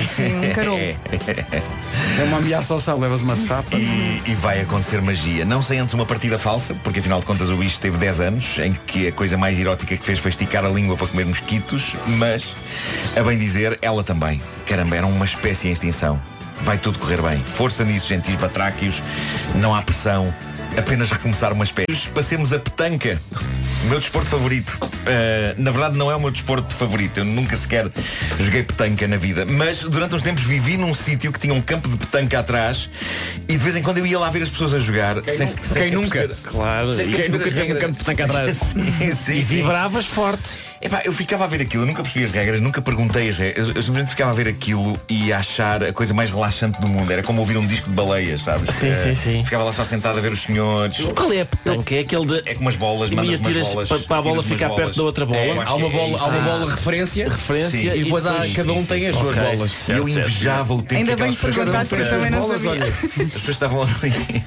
Sim, um carolo.
É
uma ameaça ao sapo, levas uma sapa.
E, e vai acontecer magia. Não sem antes uma partida falsa, porque afinal de contas o bicho teve 10 anos, em que a coisa mais erótica que fez foi esticar a língua para comer mosquitos, mas, a bem dizer, ela também. Caramba, era uma espécie em extinção. vai tudo correr bem. Força nisso, gentis batráquios. Não há pressão. Apenas recomeçar umas peças. Passemos a petanca. O meu desporto favorito. Ah, na verdade não é o meu desporto favorito. Eu nunca sequer joguei petanca na vida. Mas durante uns tempos vivi num sítio que tinha um campo de petanca atrás e de vez em quando eu ia lá ver as pessoas a jogar.
Quem
sem,
nunca?
sem
Quem nunca?
Claro.
Quem nunca teve um campo de petanca atrás?
sim, sim,
E
vibravas forte. Epá, eu ficava a ver aquilo, eu nunca percebi as regras, nunca perguntei as regras. Eu, eu simplesmente ficava a ver aquilo e a achar a coisa mais relaxante do mundo. Era como ouvir um disco de baleias, sabes?
Sim,
Eh,
sim, sim.
Ficava lá só sentado a ver os senhores.
Qual é a petanca? É aquele de.
É com umas bolas,
E
mandas
atiras
umas bolas.
para- para a bola
tiras umas
ficar
bolas.
perto da outra bola.
É, eu acho
Há uma
que é
bola,
isso.
há uma
Ah.
bola referência,
Sim.
e depois há,
Sim,
cada um
sim,
tem
sim,
as
sim.
suas
Ok.
bolas.
E eu invejava o tempo
Ainda
que aquelas
bem que
pessoas-
perguntaste, Cada um tem eu também as não bolas, sabia.
As pessoas estavam ali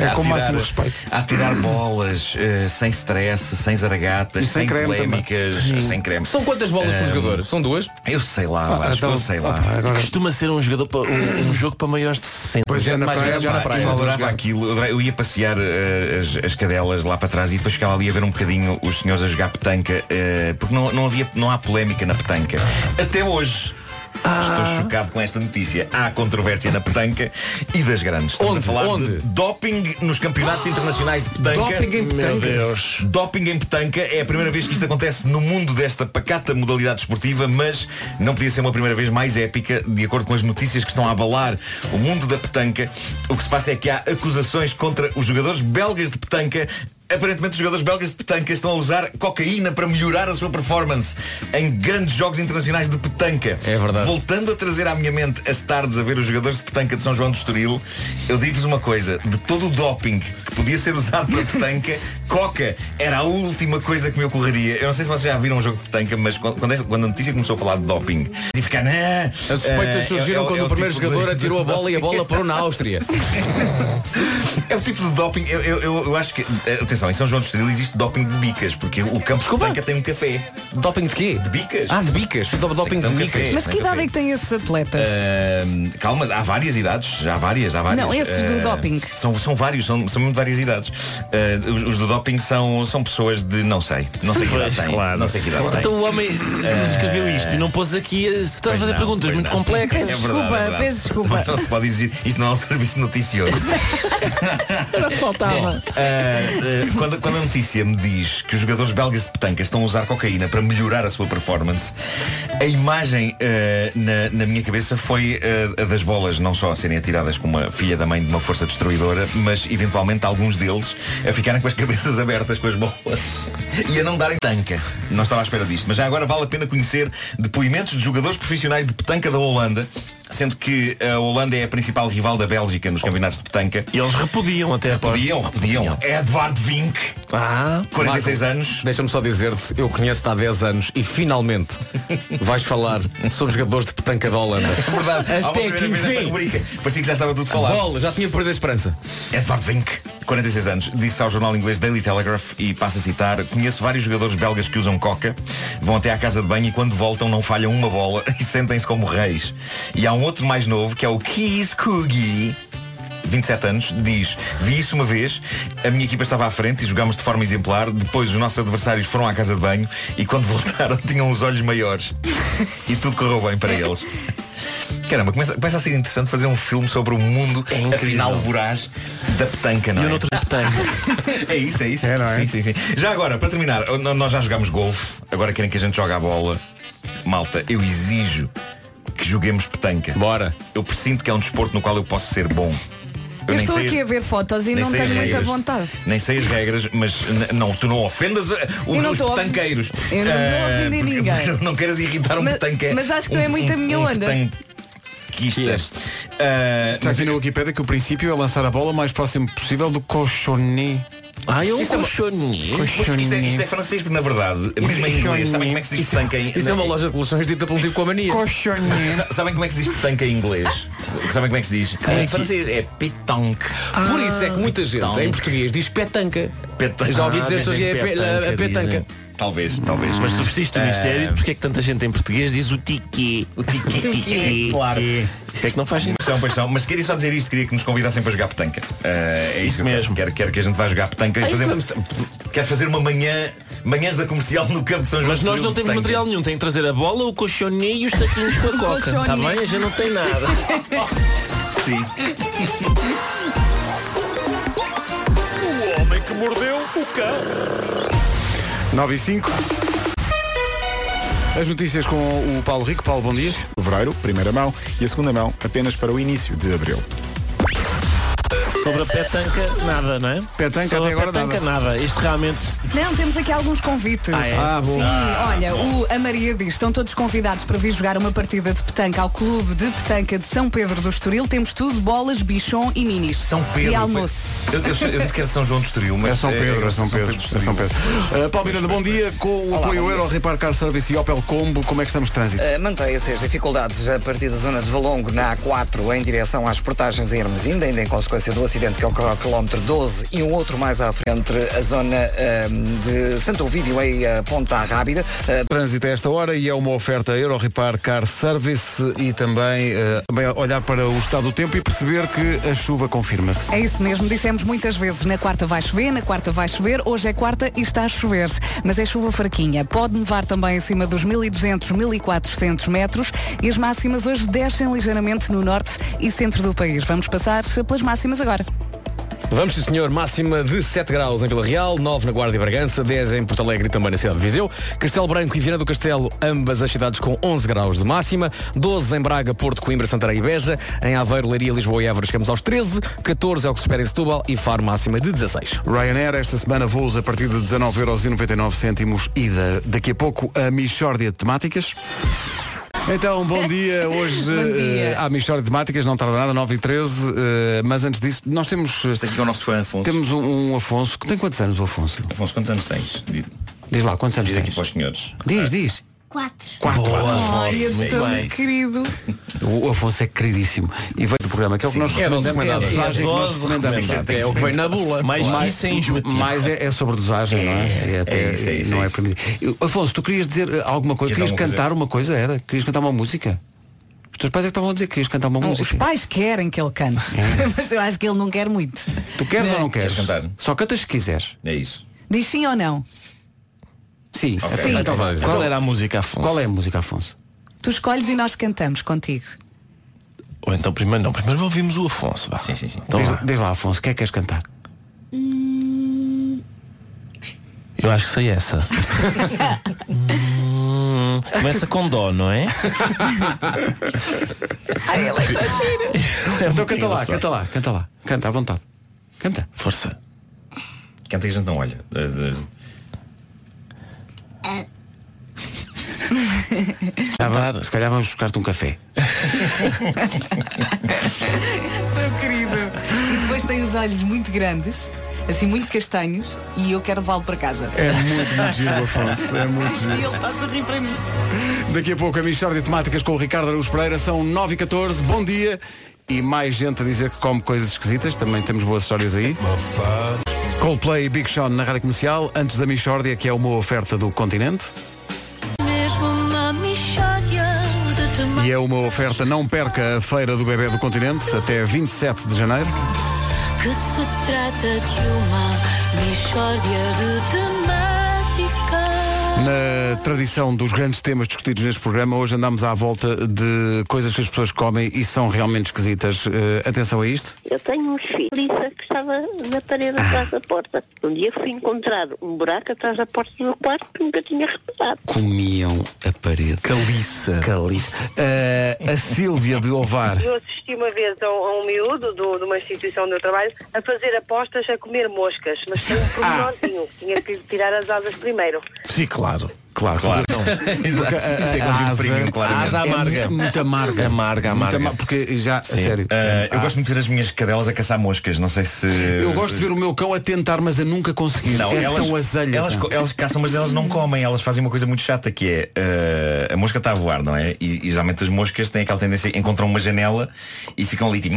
É
a
com
atirar-
o máximo respeito.
A tirar bolas, eh, sem stress, sem zaragatas,
E sem
sem,
creme também.
polémicas, sem creme.
São quantas bolas por
Eh,
jogador? São duas? Ah, então,
Eu sei lá, eu acho, eu sei lá.
Costuma ser um, jogador para, um, um jogo para maiores de 60.
é,
é, Eu adorava aquilo, eu adorava- eu ia passear eh, as, as cadelas lá para trás e depois ficava ali a ver um bocadinho os senhores a jogar petanca, eh, porque não, não, havia, não há polémica na petanca. Até hoje. Estou chocado com esta notícia. Há controvérsia na petanca e das grandes. Estamos a
Onde?
falar
Onde?
de doping nos campeonatos internacionais de petanca.
Doping em petanca.
Meu Deus. Doping em petanca é a primeira vez que isto acontece no mundo desta pacata modalidade esportiva, mas não podia ser uma primeira vez mais épica, de acordo com as notícias que estão a abalar o mundo da petanca. O que se passa é que há acusações contra os jogadores belgas de petanca. Aparentemente os jogadores belgas de petanca estão a usar cocaína para melhorar a sua performance em grandes jogos internacionais de petanca. É verdade. Voltando a trazer à minha mente as tardes a ver os jogadores de petanca de São João do Estoril, eu digo-vos uma coisa, de todo o doping que podia ser usado para petanca, coca era a última coisa que me ocorreria. Eu não sei se vocês já viram um jogo de petanca, mas quando, quando esta- quando a notícia começou a falar de doping, e ficar, "Nah,
As
eh,
suspeitas
é-
surgiram
é-
quando
é
o primeiro
tipo de-
jogador
de-
atirou a
de-
bola e a bola parou na Áustria.
é o tipo de doping, eu, eu, eu- eu acho que. eh, Atenção, em São João do Estoril existe doping de bicas, porque o campo de banca tem um café.
Doping de quê?
De bicas.
Ah, de bicas.
Então,
Do- Doping de
Tem um café,
bicas.
Mas que
tem um
idade
café.
é que têm esses atletas?
É.
Ahm, calma, há várias idades, há várias, há várias.
Não, esses do
Ah,
doping.
São, são vários, são, são muito várias idades. Ah, os, os do doping são, são pessoas de não sei. Não sei que idade tem. Não sei que idade tem.
Então o homem escreveu isto e não pôs aqui. eh, Estás a fazer
não,
perguntas
pois
muito
não.
complexas.
É verdade, é verdade. Não se pode exigir. Isto não é um serviço noticioso.
Era faltava.
Uh, uh, quando, quando a notícia me diz que os jogadores belgas de petanca estão a usar cocaína para melhorar a sua performance, a imagem uh, na, na minha cabeça foi uh, a das bolas não só a serem atiradas com uma filha da mãe de uma força destruidora, mas eventualmente alguns deles a ficarem com as cabeças abertas com as bolas e a não darem tanca. Não estava à espera disto, mas já agora vale a pena conhecer depoimentos de jogadores profissionais de petanca da Holanda. Sendo que a Holanda é a principal rival da Bélgica nos campeonatos de petanca. E eles repudiam até Repudiam, repudiam. Edvard É Vink.
Ah,
46 anos.
Deixa-me só dizer-te, eu conheço-te há 10 anos e finalmente vais falar sobre jogadores de petanca da Holanda.
Verdade.
Ah,
Há uma
Até que
primeira vez nesta
enfim.
rubrica. Parecia que já estava tudo falado.
Bola, já tinha perdido a esperança.
Edvard Vink, 46 anos, disse ao jornal inglês Daily Telegraph e passa a citar Conheço vários jogadores belgas que usam coca Vão até à casa de banho e quando voltam não falham uma bola E sentem-se como reis E há um outro mais novo que é o Keys Coogie 27 anos, diz Vi isso uma vez, a minha equipa estava à frente E jogámos de forma exemplar Depois os nossos adversários foram à casa de banho E quando voltaram tinham os olhos maiores E tudo correu bem para eles Caramba, começa, começa a ser interessante fazer um filme sobre o mundo afinal voraz da petanca, não é? é isso, é isso. Sim, sim, sim. Já agora, para terminar, n- nós já jogámos golfe, agora querem que a gente jogue a bola. Malta, eu exijo que joguemos petanca. Bora. Eu presinto que é um desporto no qual eu posso ser bom.
Eu, estou aqui a ver fotos e
nem
não
sei é as
tenho muita
regras.
vontade.
Nem sei as regras, mas n- não, tu não ofendas uh, o-
Eu não
os
tô a ofender-
petanqueiros.
Eu não tô a
Eh,
ofender
porque-
ninguém.
porque Não queiras irritar um
Mas-
petanque.
mas acho que não é
um-
muito a minha onda.
Petanquistas. Eh,
Está aqui na Wikipédia que o princípio é lançar a bola o mais próximo possível do cochonê.
Ah, eu
Isso é uma- Mas Isto é, isto é francês, porque na verdade, mesmo em inglês, sabem como é que se diz petanca em
Isso é uma loja de colchões dita pelo tipo com a mania.
Sa- Sabem como é que se diz petanca em inglês? Sabem como é que se diz?
é
em
que-
francês é pétanque.
Por isso é que muita gente em português diz petanca.
Petanque.
Já ouvi
Ah,
dizer pessoas que é
dizem
eh,
pe- a- a
petanca,
petanca.
dizem.
é.
Talvez, talvez.
Mas subsiste o
Ah.
mistério de porque é que tanta gente em português diz o tiqui. O tiqui, tiqui.
é Claro.
Isto é que não faz sentido.
Pois São, pois são. Mas queria só dizer isto, queria que nos convidassem para jogar Eh, petanca. Ah, é isso, mesmo. Quero, quero que a gente vá jogar petanca.
Ah, isso
Por exemplo,
vamos-
Quero fazer uma manhã manhãs da comercial no campo de São João.
Mas nós não temos material nenhum. Tem que trazer a bola, o colchoninho e os saquinhos com a coca. Está bem? A gente não tem nada.
Sim.
O homem que mordeu o cão.
9 e 5. As notícias com o Paulo Rico. Paulo, bom dia.
Fevereiro, primeira mão, e a segunda mão apenas para o início de abril.
Sobre a petanca, nada, não é?
Petanca
Sobre
até
a
agora
petanca, nada. Isto realmente.
Não, temos aqui alguns convites.
Ah, é? Ah, bom.
Sim,
Ah,
olha,
bom.
o, a Maria diz, estão todos convidados para vir jogar uma partida de petanca ao Clube de Petanca de São Pedro do Estoril. Temos tudo, bolas, bichon e minis. São
Pedro,
E almoço.
Eu, eu, eu disse que era de São João do Estoril, mas eh,
É São Pedro, é São Pedro,
do
é
Estoril.
São Pedro. Uh, Paulo Miranda, bom dia. Com o
Olá,
apoio
bom dia.
Euro Repar Car Service e Opel Combo, como é que estamos de trânsito?
Uh, Mantém-se as dificuldades a partir da zona de Valongo na A4 em direção às portagens em Hermesinda, ainda em consequência do acidente que ocorreu ao quilómetro 12 e um outro mais à frente, entre a zona um, de Santo Ovídio e a Ponta Rábida. Uh,
Trânsito a esta hora e é uma oferta Euro Repar Car Service e também, eh, também olhar para o estado do tempo e perceber que a chuva confirma-se.
É isso mesmo, dissemos muitas vezes, na quarta vai chover, na quarta vai chover, hoje é quarta e está a chover, mas é chuva fraquinha. Pode nevar também acima dos 1200, 1400 metros e as máximas hoje descem ligeiramente no norte e centro do país. Vamos passar pelas máximas agora.
Vamos, sim, senhor, máxima de 7 graus em Vila Real, 9 na Guarda e Bragança, 10 em Porto Alegre e também na cidade de Viseu, Castelo Branco e Viana do Castelo, ambas as cidades com 11 graus de máxima, 12 em Braga, Porto, Coimbra, Santarém e Beja, em Aveiro, Leiria, Lisboa e Évora chegamos aos 13, 14 é o que se espera em Setúbal e Faro máxima de 16.
Ryanair, esta semana voos a partir de 19,99€ ida. Daqui a pouco a Michórdia de Temáticas. Então, bom dia. Hoje eh, há Michórdia de Temáticas, não tarda nada, 9 e 13 eh, mas antes disso, nós temos... Está
aqui é o nosso fã Afonso.
Temos um, um Afonso, que tem quantos anos o Afonso?
Afonso, quantos anos tens?
Diz lá, quantos anos
Diz aqui
tens?
para os senhores.
Diz, diz.
Quatro.
Quatro
Boa,
anos.
Afonso, Ai, és muito tão bem.
querido.
O Afonso é queridíssimo. E veio do programa, que é o que
Sim.
nós
É a dose
recomendamos.
recomendada.
A dosagem que nós
Dose
recomendamos.
recomendada. É o que vem na bula. Mais que isso é indesmentível.
Mais é, é sobre dosagem, não é? É até- não é permitido. Eu- Afonso, tu querias dizer eh, alguma coisa?
Queres
Querias
alguma
cantar uma coisa? Era? Querias cantar uma música? Os teus pais é que estavam a dizer que querias cantar uma
Os
música.
pais querem que ele cante, mas eu acho que ele não quer muito.
Tu queres ou não queres?
Queres cantar?
Só cantas se quiseres.
É isso.
Diz sim ou não?
Sim.
Ok,
Então,
Sim.
então vai.
Então-
qual era a música, Afonso? Qual é a música, Afonso?
Tu escolhes e nós cantamos contigo.
Ou então primeiro não, primeiro ouvimos o Afonso. Vá. Sim, sim, sim. Então,
diz,
vá.
diz lá, Afonso, o que é que queres cantar?
eu acho que sei essa. Hum, Começa com dó, não é?
Ai, ele está giro.
Então canta lá, canta lá, canta lá. Canta à vontade. Canta.
Força.
Canta é que a gente não olha. Uh, uh,
Tava- Se calhar vamos buscar-te um café.
Tão querido. E depois tem os olhos muito grandes, assim muito castanhos, e eu quero levá-lo para casa.
É muito, muito giro, Afonso. É muito
E
giro.
ele está a sorrir para mim.
Daqui a pouco a Michórdia de Temáticas com o Ricardo Araújo Pereira. São 9 e 14 Bom dia. E mais gente a dizer que come coisas esquisitas. Também temos boas histórias aí. Coldplay e Big Sean na Rádio Comercial. Antes da Michórdia, que é uma oferta do Continente.
Mesmo uma mixória de temáticas.
E é uma oferta, não perca a Feira do Bebé do Continente até 27 de janeiro.
que se trata de uma mixórdia de temáticas.
Na tradição dos grandes temas discutidos neste programa, hoje andamos à volta de coisas que as pessoas comem e são realmente esquisitas. Eh, atenção a isto. Ah.
Eu tenho um esfiliça que estava na parede atrás da porta. Um dia fui encontrar um buraco atrás da porta do quarto que nunca tinha reparado.
Comiam a parede. Caliça. Caliça. Eh, a Sílvia de Ovar.
Eu assisti uma vez a um, a um miúdo do- de uma instituição onde eu trabalho a fazer apostas a comer moscas, mas
Ah.
tinha um pormenorzinho, tinha que lhe tirar as asas primeiro.
Sim, claro. Claro,
Claro.
Então,
Exato.
porque a-
Isso é que
a
eu vi um
asa-
premium, claramente.
a asa amarga. É mu- muito amarga.
Amarga, amarga.
Muito ama- porque já, a
Sim.
sério. Ah,
Uh, eu gosto muito de ver as minhas cadelas a caçar moscas. Não sei se.
Eu gosto de ver o meu cão a tentar, mas a nunca conseguir.
Não,
é
elas,
tão azelha.
elas,
pá.
co- elas caçam, mas elas não comem. Elas fazem uma coisa muito chata que é eh, a mosca está a voar, não é? E, e geralmente as moscas têm aquela tendência, encontram uma janela e ficam ali tipo.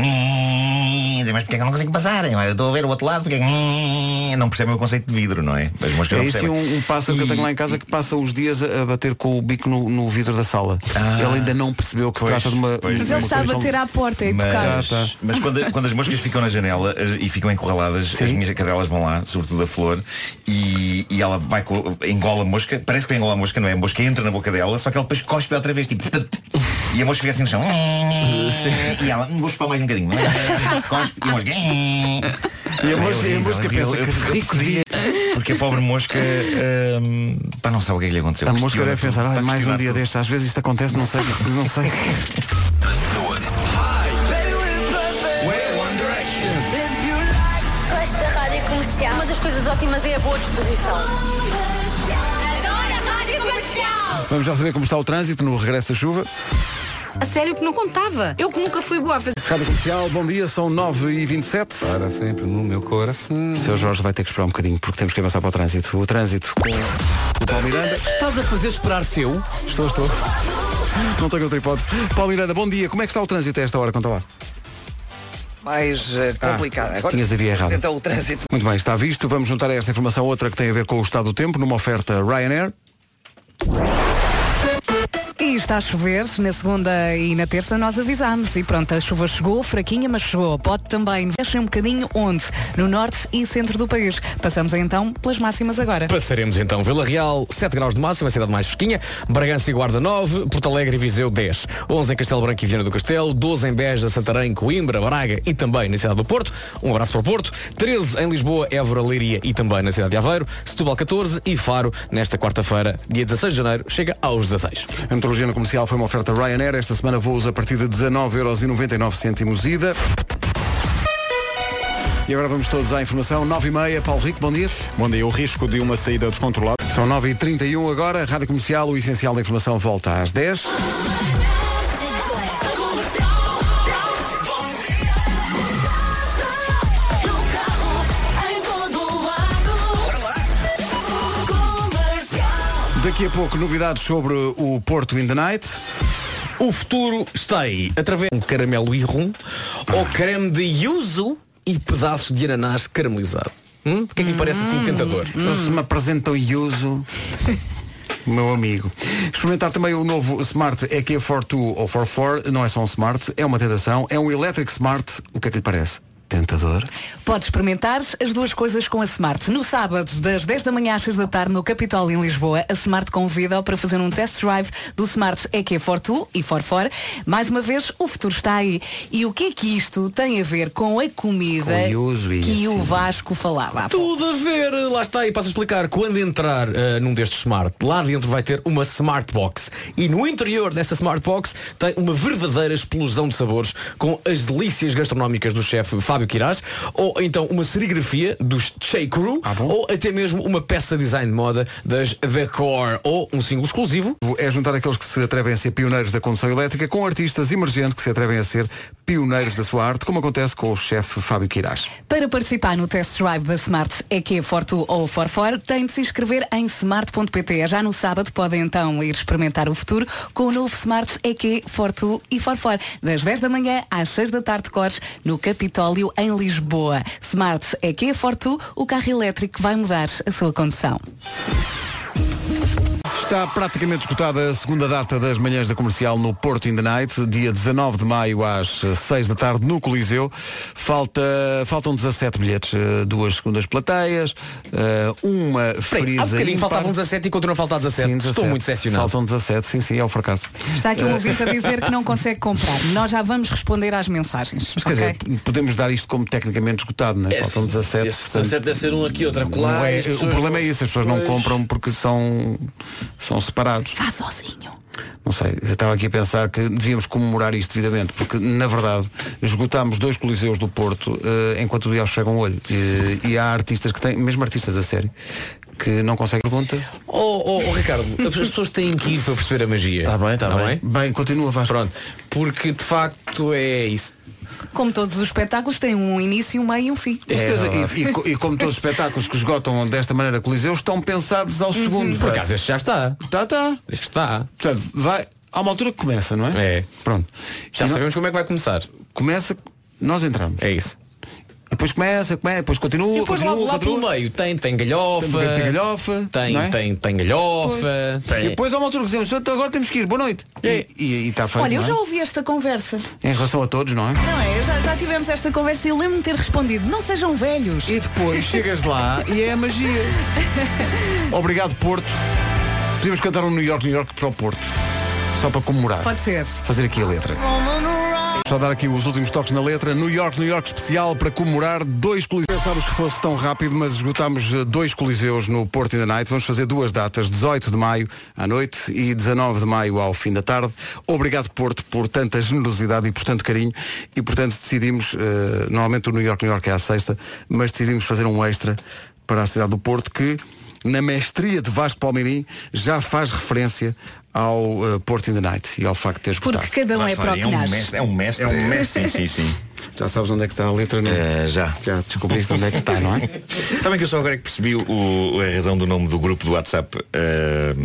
"Nhê", Mas porque é que eu não consigo passar? Eu estou a ver o outro lado, porque é que nhê?" não percebem o conceito de vidro, não é? As moscas
É
não
isso e
percebem.
um, um pássaro que eu tenho lá em casa que passa o uns dias a a bater com o bico no, no vidro da sala. Ele ainda não percebeu que se trata de uma.
Mas ele está a bater à porta e tocar.
Mas,
tá.
mas quando, quando as moscas ficam na janela as- e ficam encurraladas, as minhas cadelas vão lá, sobretudo a flor, e, e ela vai co- engola a mosca, parece que engola a mosca, não é? A mosca entra na boca dela, só que ela depois cospe outra vez, tipo. E a mosca fica assim no chão. E ela, "Hum, vou chupar mais um bocadinho. Cospe e a mosca. "Hum."
E a mosca- e a mosca pensa que
rico dia. Porque a pobre mosca hum, pá, não sabe o que é que lhe aconteceu.
A mosca
Questiona
deve
tudo.
pensar, "Ai,
Está
mais um
questionado.
dia destes, às vezes isto acontece, não sei, não sei.
Gosto da rádio comercial. Uma das coisas ótimas é a boa disposição. Adoro a rádio comercial.
Vamos já saber como está o trânsito no regresso da chuva.
A sério que não contava. Eu que nunca fui boa a fazer.
Rádio Comercial, bom dia, são 9h27. Para sempre no meu coração. Seu Jorge vai ter que esperar um bocadinho porque temos que avançar para o trânsito. O trânsito com o Paulo Miranda.
Estás a fazer esperar seu?
Estou, estou. Não tenho outra hipótese. Paulo Miranda, bom dia. Como é que está o trânsito a esta hora? Conta lá.
Mais eh, complicado. Agora,
Ah, é Tinhas a via errada.
Então o trânsito.
Muito bem, está visto. Vamos juntar a esta informação outra que tem a ver com o estado do tempo, numa oferta Ryanair.
E está a chover na segunda e na terça nós avisámos e pronto, a chuva chegou, fraquinha, mas chegou. Pode também descer um bocadinho onde? No norte e centro do país. Passamos então pelas máximas agora.
Passaremos então Vila Real, 7 graus de máxima, a cidade mais fresquinha, Bragança e Guarda 9, Porto Alegre e Viseu 10, 11 em Castelo Branco e Viana do Castelo, 12 em Beja, Santarém, Coimbra, Braga e também na cidade do Porto, um abraço para o Porto, 13 em Lisboa, Évora, Leiria e também na cidade de Aveiro, Setúbal 14 e Faro, nesta quarta-feira, dia 16 de janeiro, chega aos 16.
A metrologia no comercial foi uma oferta Ryanair. Esta semana voos a partir de 19,99€ ida. E agora vamos todos à informação. 9h30, Paulo Rico, bom dia.
Bom dia, o risco de uma saída descontrolada.
São 9h31 agora, Rádio Comercial, o essencial da informação volta às 10. Daqui a pouco, novidades sobre o Porto in the Night.
O futuro está aí, através de um caramelo e rum, ou creme de yuzu e pedaços de ananás caramelizado. Hum? O que é que lhe parece assim tentador?
Então se me apresentam Yuzu, meu amigo. Experimentar também o novo Smart EQ 42 ou 44, não é só um Smart, é uma tentação, é um Electric Smart, o que é que lhe parece? Tentador?
Pode experimentar as duas coisas com a Smart. No sábado, das 10 da manhã às 6 da tarde, no Capitólio, em Lisboa, a Smart convida-o para fazer um test drive do Smart EQ42 e 44. Mais uma vez, o futuro está aí. E o que é que isto tem a ver com a comida
Com o uso e
que o
assim.
Vasco falava?
Tudo a ver, lá está, e passo a explicar. Quando entrar eh, num destes smart, lá dentro vai ter uma smart box. E no interior dessa smart box tem uma verdadeira explosão de sabores com as delícias gastronómicas do chefe Fábio Quirás, ou então uma serigrafia dos Che Crew,
Ah,
Ah,
ou até mesmo uma peça de design de moda das The Core, ou um single exclusivo.
É juntar aqueles que se atrevem a ser pioneiros da condução elétrica com artistas emergentes que se atrevem a ser pioneiros da sua arte, como acontece com o chefe Fábio Quirás.
Para participar no test drive da Smart é EQ42 ou 44, tem de se inscrever em smart.pt. Já no sábado podem então ir experimentar o futuro com o novo Smart é EQ42 e 44, das 10 da manhã às 6 da tarde, cores, no Capitólio, em Lisboa. Smart é EQ42, o carro elétrico que vai mudar a sua condição.
Está praticamente escutada a segunda data das manhãs da comercial no Porto in the Night, dia 19 de maio às eh, 6 da tarde no Coliseu. Falta, faltam 17 bilhetes, eh, duas segundas plateias, eh, uma
Peraí, há um
frisa
bocadinho
ímpar.
faltavam 17 e continuam a faltar 17.
Sim,
Estou
17.
muito decepcionado.
Faltam 17, sim, sim, é o fracasso.
Está aqui um
Eh,
ouvinte a dizer que não consegue comprar. Nós já vamos responder às mensagens.
Mas quer
ok?
dizer, podemos dar isto como tecnicamente esgotado, não é? Faltam 17. portanto,
17 deve ser um aqui, outro acolá.
não é-
as
o
pessoas
problema é
não-
isso, as pessoas não
Pois.
compram porque são, são separados.
Vá sozinho.
Não sei, eu estava aqui a pensar que devíamos comemorar isto devidamente, porque na verdade esgotámos dois coliseus do Porto eh, enquanto o diabo chega um olho. Eh, E, há artistas que têm, mesmo artistas a sério, que não conseguem pergunta.
Oh, oh, oh, Ricardo, as pessoas têm que ir para perceber a magia. é? Está bem, está Então, bem.
Tá é? Bem, continua, Vasco.
Pronto, porque de facto é isso.
Como todos os espetáculos, tem um início, um meio e um fim.
É
É
e, e co- e como todos os espetáculos que esgotam desta maneira coliseus estão pensados ao segundo.
Uhum. Por acaso este já está.
Está, está.
Este está.
tá. Portanto, vai, há uma altura que começa, não é? É. Pronto.
Já sabemos como é que vai começar.
Começa, nós entramos.
É isso.
Depois começa, começa, depois continua,
E depois lá,
continua,
lá
continua.
pelo meio tem, tem galhofa.
Tem- tem galhofa,
Tem,
não é?
tem, tem galhofa.
E depois há uma altura que dizemos, "Então agora temos que ir, boa noite. E- E está feito.
Olha, eu
não é?
já ouvi esta conversa.
Em relação a todos, não é?
Não é? Eu Já, já tivemos esta conversa e eu lembro-me de ter respondido, não sejam velhos.
E depois chegas lá e é a magia. Obrigado, Porto. Podíamos cantar um New York, New York para o Porto. Só para comemorar.
Pode ser.
Fazer aqui a letra. Só dar aqui os últimos toques na letra. New York, New York especial para comemorar dois coliseus. Pensámos que fosse tão rápido, mas esgotámos eh, dois coliseus no Porto in the Night. Vamos fazer duas datas, 18 de maio à noite e 19 de maio ao fim da tarde. Obrigado, Porto, por tanta generosidade e por tanto carinho. E, portanto, decidimos, eh, normalmente o New York, New York é à sexta, mas decidimos fazer um extra para a cidade do Porto que, na mestria de Vasco Palmeirim, já faz referência ao eh, Porto in the Night e ao facto de ter esgotado.
Porque cada um é próprio nasce.
mestre.
É um
mestre, sim, sim. Já sabes onde é que está a letra, não
Eh,
é?
já.
Já descobriste onde é que está, não é?
Sabem que eu só agora é que percebi o- a razão do nome do grupo do WhatsApp. eh,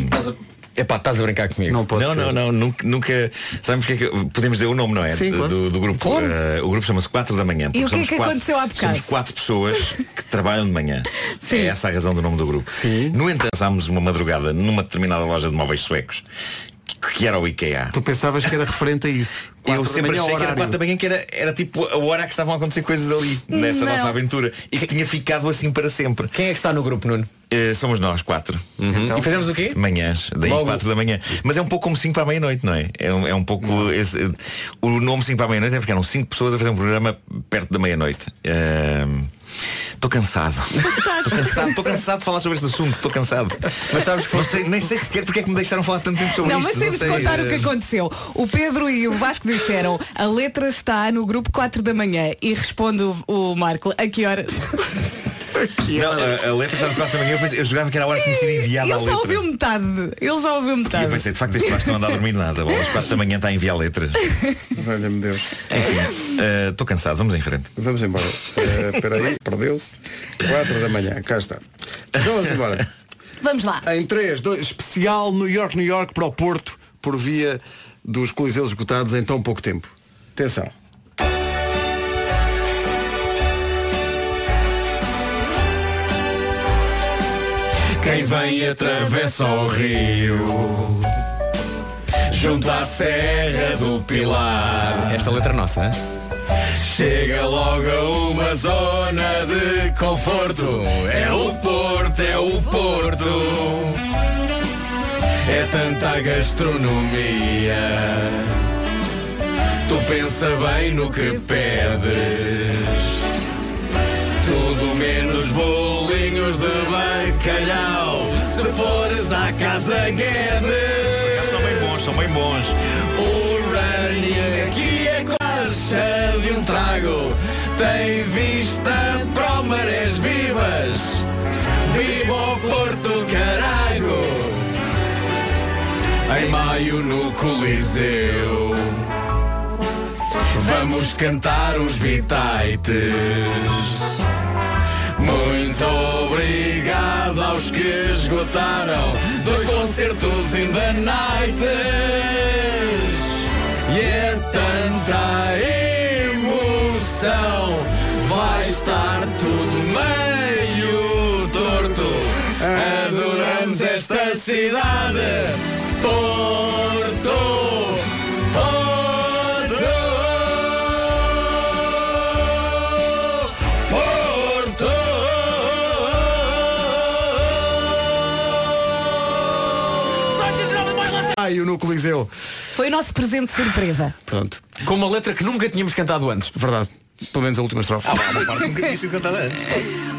É pá, estás a brincar comigo.
Não
pode
Não,
ser.
não, Nunca, nunca- Sabemos que é que. Podemos dizer o nome, não é?
Sim, claro.
do, do grupo.
Claro.
Eh, o grupo chama-se 4 da manhã. porque
E o que é
somos
que
quatro-
aconteceu há bocado?
Somos quatro pessoas que trabalham de manhã. É essa a razão do nome do grupo. No entanto, passámos uma madrugada numa determinada loja de móveis suecos, que- que era o IKEA.
Tu pensavas que era referente a isso.
Eu
Quatro da
sempre
manhã, é
achei que era
horário.
4 da manhã, que era, era tipo a hora que estavam a acontecer coisas ali, nessa
Não.
nossa aventura. E que tinha ficado assim para sempre. Eh,
Quem é que está no grupo, Nuno?
somos nós, quatro.
Uhum.
E fazemos o quê?
Manhãs, daí
Logo.
4 da manhã. Mas é um pouco como 5 para a meia-noite, não é? É um, é um pouco. esse- o nome 5 para a meia-noite é porque eram 5 pessoas a fazer um programa perto da meia-noite. Estou cansado. Estou cansado, estou cansado de falar sobre este assunto, estou cansado. Mas sabes que nem sei sequer porque é que me deixaram falar tanto tempo sobre
Não,
isto.
mas temos de
sei,
contar
eh,
o que aconteceu. O Pedro e o Vasco disseram a letra está no grupo 4 da manhã e responde o, o Marco a que horas?
Não, a, a letra estava 4 da manhã, eu, pensei- eu jogava que era a hora que me sido enviada
Ele
a
só
letra.
ouviu metade. Ele só ouviu
E eu
metade.
pensei, de facto, este Vasco não anda a dormir nada. Bom, às 4 da manhã está a enviar letras.
Valha-me Deus.
Enfim, eh, estou cansado, vamos em frente.
Vamos embora. Eh, Espera aí, perdeu-se. 4 da manhã, cá está. Vamos embora.
Vamos lá.
Em 3, 2, especial New York, New York para o Porto, por via dos coliseus esgotados em tão pouco tempo. Atenção.
Quem vem atravessa o rio Junto à Serra do Pilar
Esta letra é nossa, hein?
Chega logo a uma zona de conforto É o Porto, é o Porto É tanta gastronomia Tu pensa bem no que pedes tudo menos bolinhos de bacalhau Se fores à Casa Guedes São bem bons, são bem bons O Rani aqui é coxa de um trago Tem vista para o Marés Vivas Viva o Porto Carago Em maio no Coliseu Vamos cantar uns bitaites muito obrigado aos que esgotaram dois concertos in the night. E é tanta emoção, vai estar tudo meio torto. Adoramos esta cidade, Porto, Porto, Porto.
Maio no Coliseu.
Foi o nosso presente de surpresa.
Pronto.
Com uma letra que nunca tínhamos cantado antes.
Verdade. Pelo menos a última estrofe.
Nunca tinha sido cantada antes.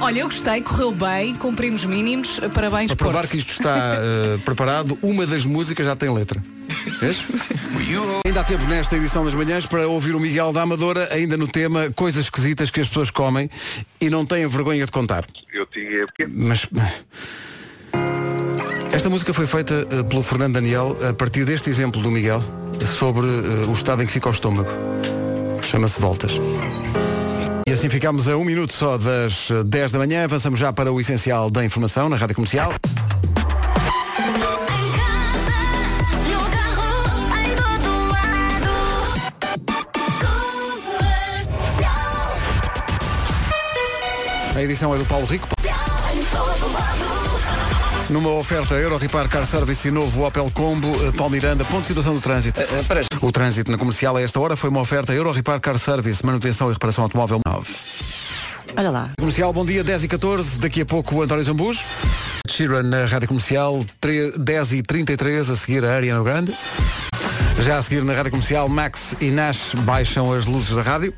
Olha, eu gostei, correu bem, cumprimos mínimos. Parabéns,
Para provar
Porto.
que isto está eh, preparado, uma das músicas já tem letra. Vês? Ainda há tempo nesta edição das manhãs para ouvir o Miguel da Amadora, ainda no tema coisas esquisitas que as pessoas comem e não têm vergonha de contar.
Eu tinha.
Mas. mas- Esta música foi feita eh, pelo Fernando Daniel a partir deste exemplo do Miguel sobre eh, o estado em que fica o estômago. Chama-se Voltas. E assim ficamos a um minuto só das eh, 10 da manhã. Avançamos já para o essencial da informação na Rádio Comercial. A edição é do Paulo Rico. Numa oferta Euro Repar Car Service e novo Opel Combo, eh, Paulo Miranda, ponto de situação do trânsito.
eh,
O trânsito na comercial a esta hora foi uma oferta Euro Repar Car Service, manutenção e reparação automóvel 9.
Olha lá.
Comercial, bom dia, 10 e 14 daqui a pouco o António Zambus. Sheeran na Rádio Comercial, 3, 10 e 33 a seguir a Ariana Grande. Já a seguir na Rádio Comercial, Max e Nash baixam as luzes da rádio.